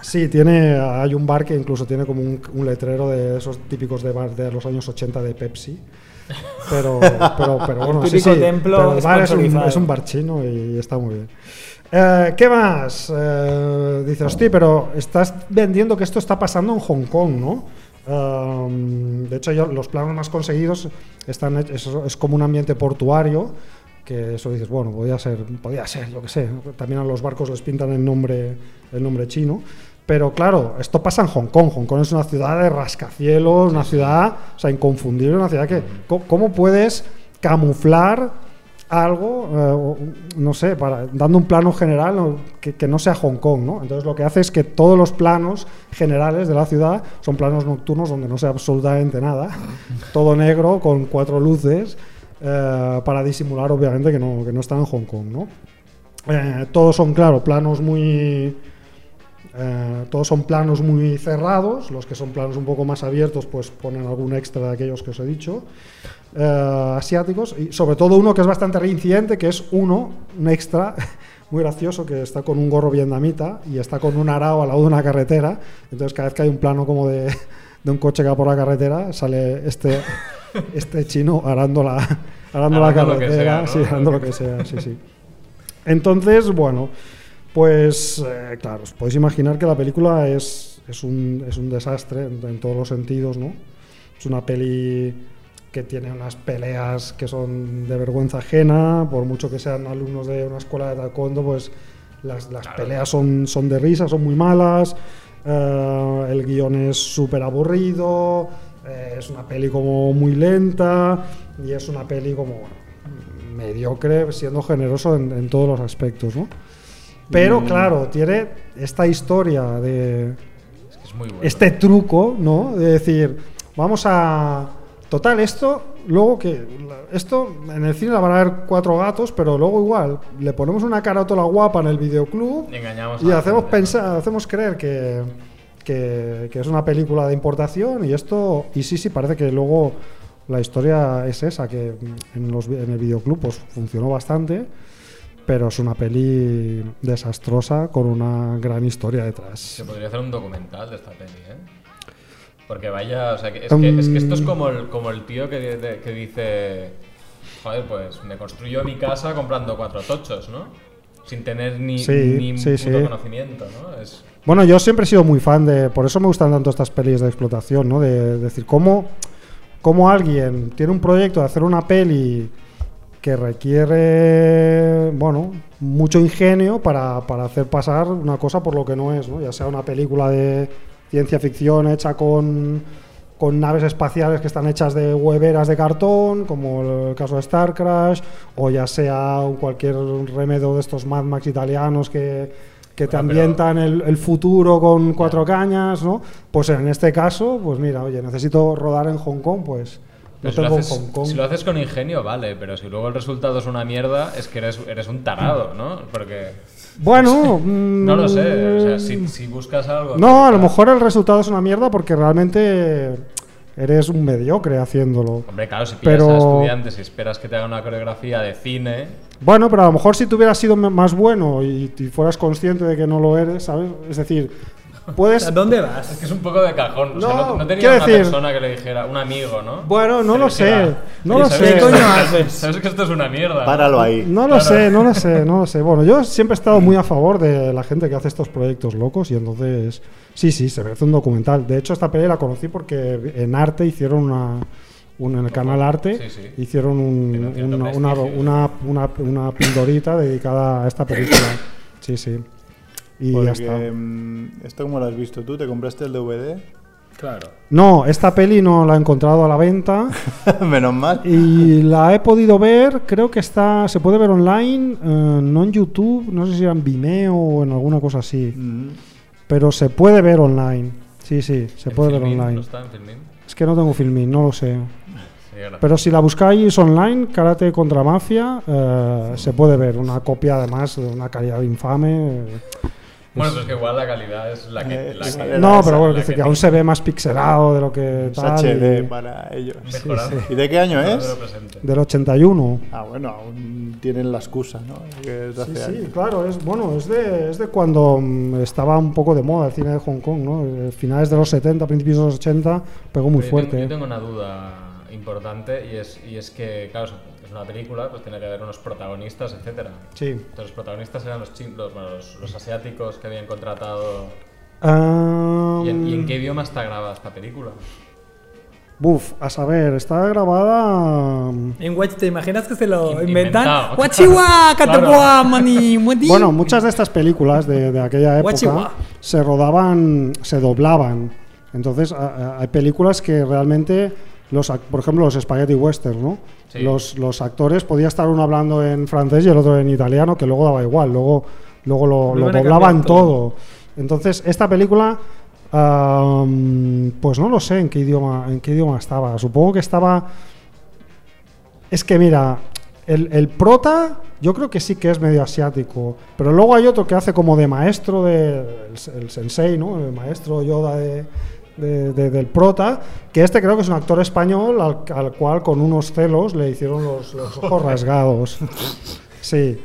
Sí, tiene, hay un bar que incluso tiene como un, un letrero de esos típicos de bar de los años 80 de Pepsi. Pero, pero,
*laughs*
pero bueno,
Un
sí,
típico
sí,
templo
pero el bar es un,
sponsorizado.
es un bar chino y está muy bien. Eh, ¿Qué más? Eh, dice, hosti, pero estás vendiendo que esto está pasando en Hong Kong, ¿no? Um, de hecho, yo- los planos más conseguidos están hech- es, es como un ambiente portuario, que eso dices, bueno, podía ser, podía ser, yo qué sé. También a los barcos les pintan el nombre, el nombre chino. Pero claro, esto pasa en Hong Kong. Hong Kong es una ciudad de rascacielos, una ciudad, o sea, inconfundible, una ciudad que... co- ¿Cómo puedes camuflar algo, eh, o- no sé, para, dando un plano general o que, que no sea Hong Kong, ¿no? Entonces lo que hace es que todos los planos generales de la ciudad son planos nocturnos donde no sea absolutamente nada, todo negro con cuatro luces eh, para disimular obviamente que no, que no está en Hong Kong, ¿no? Eh, todos son, claro, planos muy... eh, todos son planos muy cerrados, los que son planos un poco más abiertos pues ponen algún extra de aquellos que os he dicho eh, asiáticos y sobre todo uno que es bastante reincidente, que es uno, un extra *laughs* muy gracioso que está con un gorro vietnamita y está con un arao al lado de una carretera. Entonces cada vez que hay un plano como de, *laughs* de un coche que va por la carretera, sale
*laughs*
este, este chino arando la, arando la
Arando lo que
carretera,
sea, ¿no?
sí, arando lo que sea, sí, sí. Entonces, bueno, pues eh, claro, os podéis imaginar que la película es, es, un, es un desastre en, en todos los sentidos, ¿no? Es una peli que tiene unas peleas que son de vergüenza ajena, por mucho que sean alumnos de una escuela de taekwondo, pues las, las peleas son, son de risa, son muy malas, eh, el guión es súper aburrido, eh, es una peli como muy lenta y es una peli como bueno, mediocre, siendo generoso en, en todos los aspectos, ¿no? Pero claro, tiene esta historia de,
Es que es muy bueno.
este truco, ¿no? De decir, vamos a. Total, esto, luego que. la- Esto en el cine la van a ver cuatro gatos, pero luego igual, le ponemos una carátola guapa en el videoclub
Engañamos
y
a la
hacemos,
gente, ¿no?
pensar, hacemos creer que, que, que es una película de importación y esto. Y sí, sí, parece que luego la historia es esa, que en, los, vi- en el videoclub pues, funcionó bastante. Pero es una peli desastrosa con una gran historia detrás.
Se podría hacer un documental de esta peli, ¿eh? Porque vaya, o sea, que es, que, es que esto
Mm.
es como el, como el tío que, de- de- que dice, joder, pues me construyo mi casa comprando cuatro tochos, ¿no? Sin tener ni,
Sí,
ni
sí,
puto
sí.
conocimiento, ¿no? Es,
Bueno, yo siempre he sido muy fan de. Por eso me gustan tanto estas pelis de explotación, ¿no? De, decir, cómo, cómo alguien tiene un proyecto de hacer una peli que requiere, bueno, mucho ingenio para, para hacer pasar una cosa por lo que no es, ¿no? Ya sea una película de ciencia ficción hecha con, con naves espaciales que están hechas de hueveras de cartón, como el caso de Star Crash, o ya sea un- cualquier remedo de estos Mad Max italianos que, que te
Bueno, Ah, pero-
ambientan el, el futuro con cuatro cañas, ¿no? Pues en este caso, pues mira, oye, necesito rodar en Hong Kong, pues no
Pero si, lo
tengo
haces,
Hong Kong.
si lo haces con ingenio, vale, pero si luego el resultado es una mierda, es que eres, eres un tarado, ¿no? Porque.
Bueno,
No lo sé, o sea,
mm,
si, si buscas algo.
No, a lo mejor el resultado es una mierda porque realmente eres un mediocre haciéndolo.
Hombre, claro, si pillas
Pero-
a estudiantes y esperas que te hagan una coreografía de cine,
Bueno, pero a lo mejor si tú hubieras sido m- más bueno y, y fueras consciente de que no lo eres, ¿sabes? Es decir, puedes...
*laughs*
¿A dónde
es
vas?
que es un poco de cajón. o sea,
No,
no, no tenía
quiero
una
decir-
persona que le dijera, un amigo, ¿no?
Bueno, no
Que le
lo
dijera,
sé, no
"Oye,
lo
¿sabes
sé.
que *laughs*
¿Qué
esto-
coño
haces?
Sabes que esto es una mierda.
Páralo ahí.
No lo sé, no lo sé, no lo sé. Bueno, yo siempre he estado
Mm.
muy a favor de la gente que hace estos proyectos locos y entonces, sí, sí, se merece un documental. De hecho, esta peli la conocí porque en Arte hicieron una... un- en el canal Arte
Sí, sí.
hicieron un-
Tiene cierto
una, una,
prestigio. ¿eh?
una, una, una pildorita dedicada a esta película. Sí, sí. Y ya está.
Porque mm, esto como lo has visto tú, te compraste el DVD.
Claro.
No, esta peli no la he encontrado a la venta
*laughs* Menos mal.
y la he podido ver, creo que está, se puede ver online, eh, no en YouTube, no sé si era en Vimeo o en alguna cosa así,
Mm.
pero se puede ver online. Sí, sí, se puede ver
¿No
online.
está en Filmin?
Es que no tengo filming, no lo sé.
Sí, gracias.
Pero si la buscáis online, Karate contra Mafia, eh, se puede ver. Una copia además de una calidad infame. eh.
Bueno, pues que igual la calidad es la que.
Eh,
la
es-
que-
Era
No,
esa,
pero bueno,
la
que, que
que-
aún se ve más pixelado de lo que
Es
tal.
HD
y-
para ellos.
Mejorado.
¿Y de qué año
Mejorado
es?
de lo presente.
del 81.
Ah, bueno, aún tienen la excusa, ¿no? Que es de
Sí,
hace
sí,
años.
claro, es bueno, es de, es de cuando mm, estaba un poco de moda el cine de Hong Kong, ¿no? Eh, Finales de los 70, principios de los 80, pegó muy
Pero yo
fuerte. eh.
tengo- Eh, Yo tengo, una duda importante y es, y es que, claro, es una película, pues tiene que haber unos protagonistas, etcétera.
Sí.
Entonces, los protagonistas eran los, chin- los, bueno, los- los asiáticos que habían contratado.
Ah,
¿Y en,
Mm.
y en qué idioma está grabada esta película?
Buf, a saber, está grabada. mm,
En Watch, ¿te imaginas que se lo
In-
inventan? *laughs*
inventado.
Wachiwa, Kataboa,
Claro.
Mani, Mani.
Bueno, muchas de estas películas de, de aquella época
Guachiwa.
se rodaban, se doblaban. Entonces, a- a- hay películas que realmente, los, ac- por ejemplo, los Spaghetti Western, ¿no?
Sí.
Los, los actores, podía estar uno hablando en francés y el otro en italiano, que luego daba igual, luego, luego lo, lo
Vuelven a
doblaban
cambiar todo.
todo. Entonces, esta película, am, pues no lo sé en qué idioma, en qué idioma estaba. Supongo que estaba... Es que mira, el, el prota yo creo que sí que es medio asiático, pero luego hay otro que hace como de maestro, de, el, el sensei, ¿no? El maestro Yoda de, de- de- del prota, que este creo que es un actor español al, al cual con unos celos le hicieron los, los
*laughs*
ojos rasgados. Sí.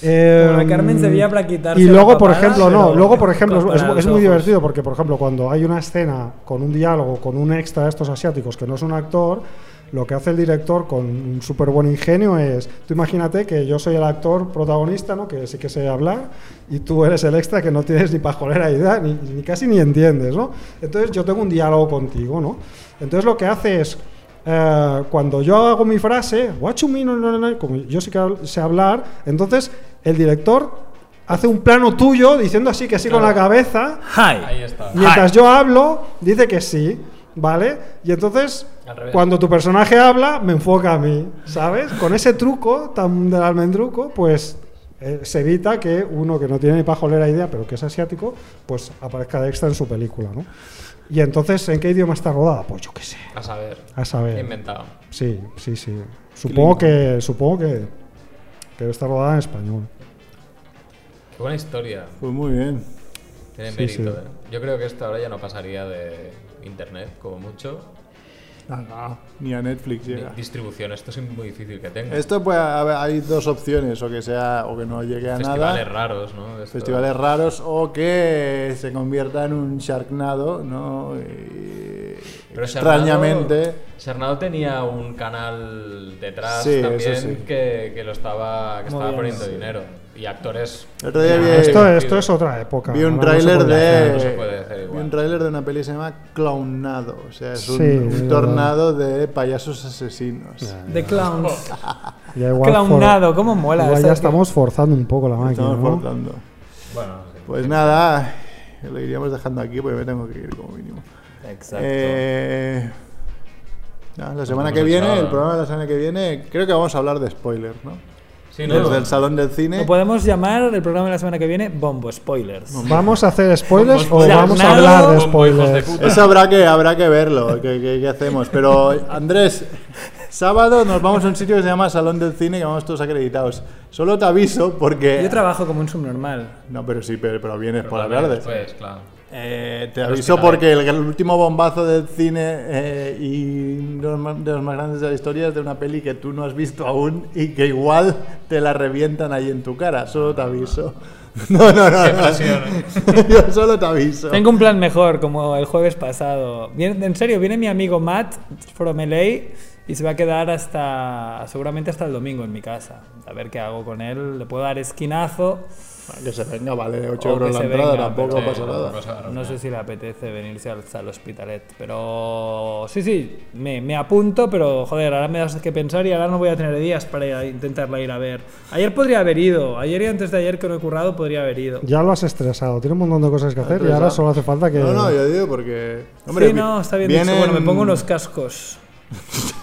Como la Carmen
Em,
Sevilla para quitarse
y
la
luego por
papada,
ejemplo no
pero
luego por ejemplo es,
para los
es muy
ojos.
divertido porque por ejemplo cuando hay una escena con un diálogo con un extra de estos asiáticos que no es un actor lo que hace el director con un súper buen ingenio es, tú imagínate que yo soy el actor protagonista, ¿no? que sí que sé hablar, y tú eres el extra que no tienes ni pajolera idea, ni, ni casi ni entiendes, ¿no? Entonces yo tengo un diálogo contigo, ¿no? Entonces lo que hace es, eh, cuando yo hago mi frase, guachumino, no, no, no, como yo sí que hab- sé hablar, entonces el director hace un plano tuyo diciendo así que sí con la cabeza,
Ahí
Hi.
está.
mientras yo hablo, dice que sí, ¿vale? Y entonces,
Al revés.
cuando tu personaje habla, me enfoca a mí, ¿sabes? Con ese truco tan del almendruco, pues eh, se evita que uno que no tiene ni pajolera idea, pero que es asiático, pues aparezca de extra en su película, ¿no? Y entonces, ¿en qué idioma está rodada? Pues yo qué sé.
A saber.
A saber.
Inventado.
Sí, sí, sí. Supongo que, supongo que, que está rodada en español.
Qué buena historia.
Pues muy bien.
Tiene
Sí,
mérito,
sí.
¿eh? Yo creo que esto ahora ya no pasaría de internet, como mucho.
Ah, no, ni a Netflix
Ni
llega.
Distribución, esto es muy difícil que tenga.
Esto pues a ver, hay dos opciones, o que sea, o que no llegue a
Festivales
nada.
raros, ¿no? Esto-
Festivales raros o que se convierta en un Sharknado, ¿no? Y,
Pero
extrañamente.
Sernado tenía un canal detrás
Sí, eso
también
sí.
que, que lo estaba, que estaba
Moviendo,
poniendo dinero. Y actores.
El otro día
Ya,
vi-
no sé
Ah, Esto,
qué
esto
decir.
es otra época.
Vi un
ahora no se
tráiler
podría hacer.
de.
no se puede hacer
vi
igual.
un tráiler de una peli que se llama Clownado. O sea, es un,
Sí,
un
es verdad.
tornado de payasos asesinos.
The Clowns.
Ya igual for-
Clownado, ¿cómo mola?
Igual
eso
ya
que-
estamos forzando un poco la máquina.
Estamos
¿no?
portando.
Bueno, sí.
Pues nada, lo iríamos dejando aquí porque me tengo que ir como mínimo.
Exacto.
Eh, no, la semana
hemos
que viene,
echado,
el
¿no?
programa de la semana que viene, creo que vamos a hablar de spoilers, ¿no?
Sí, no,
Desde el salón del cine.
Lo podemos llamar el programa de la semana que viene Bombo Spoilers.
¿Vamos a hacer spoilers o
Con
vamos a
Bosnardo,
hablar de
con Boicos de
spoilers?
puta.
Eso habrá que, habrá que verlo, que, que- que hacemos. Pero Andrés, sábado nos vamos a un sitio que se llama Salón del Cine, que vamos todos acreditados. Solo te aviso porque...
Yo trabajo como un subnormal.
No, pero sí, pero, pero vienes por la
También pues.
tarde.
después, claro.
Eh, te
Pero
aviso
es que nada.
porque el, el último bombazo del cine eh, y de los, ma- de los más grandes de la historia es de una peli que tú no has visto aún y que igual te la revientan ahí en tu cara. Solo te aviso. *laughs* No, no, no.
Qué ¿eh?
no.
presión,
*laughs* Yo solo te aviso.
Tengo un plan mejor, como el jueves pasado. Viene- en serio, viene mi amigo Matt from LA y se va a quedar hasta seguramente hasta el domingo en mi casa. A ver qué hago con él. Le puedo dar esquinazo.
Que se venga, vale, 8
O
euros
que
la
se
entrada,
venga,
tampoco
pero-
pasa nada.
No sé si le apetece venirse al, al hospitalet, pero sí, sí, me, me apunto, pero joder, ahora me das que pensar y ahora no voy a tener días para ir a- intentarla ir a ver. Ayer podría haber ido, ayer y antes de ayer que no he currado podría haber ido.
Ya lo has estresado, tiene un montón de cosas que hacer y ahora
Entonces,
solo hace falta que.
No, no, yo digo porque. hombre,
sí,
vi-
no, está bien
vienen-
dicho. Bueno, me pongo unos cascos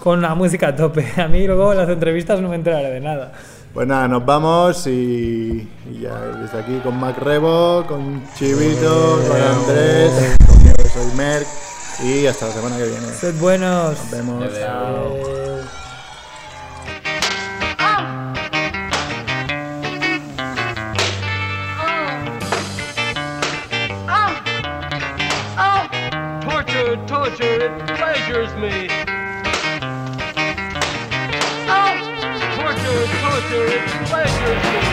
con la música a tope. *laughs* A mí luego en las entrevistas no me enteraré de nada.
Pues nada, nos vamos y, y ya, y desde aquí con Mac Rebo, con Chivito, con
Eh,
Andrés, conmigo que soy Merck y hasta la semana que viene. Nos
Sed buenos.
vemos.
Torture, torture, it pleasures me. Torture, torture, it pleasures me.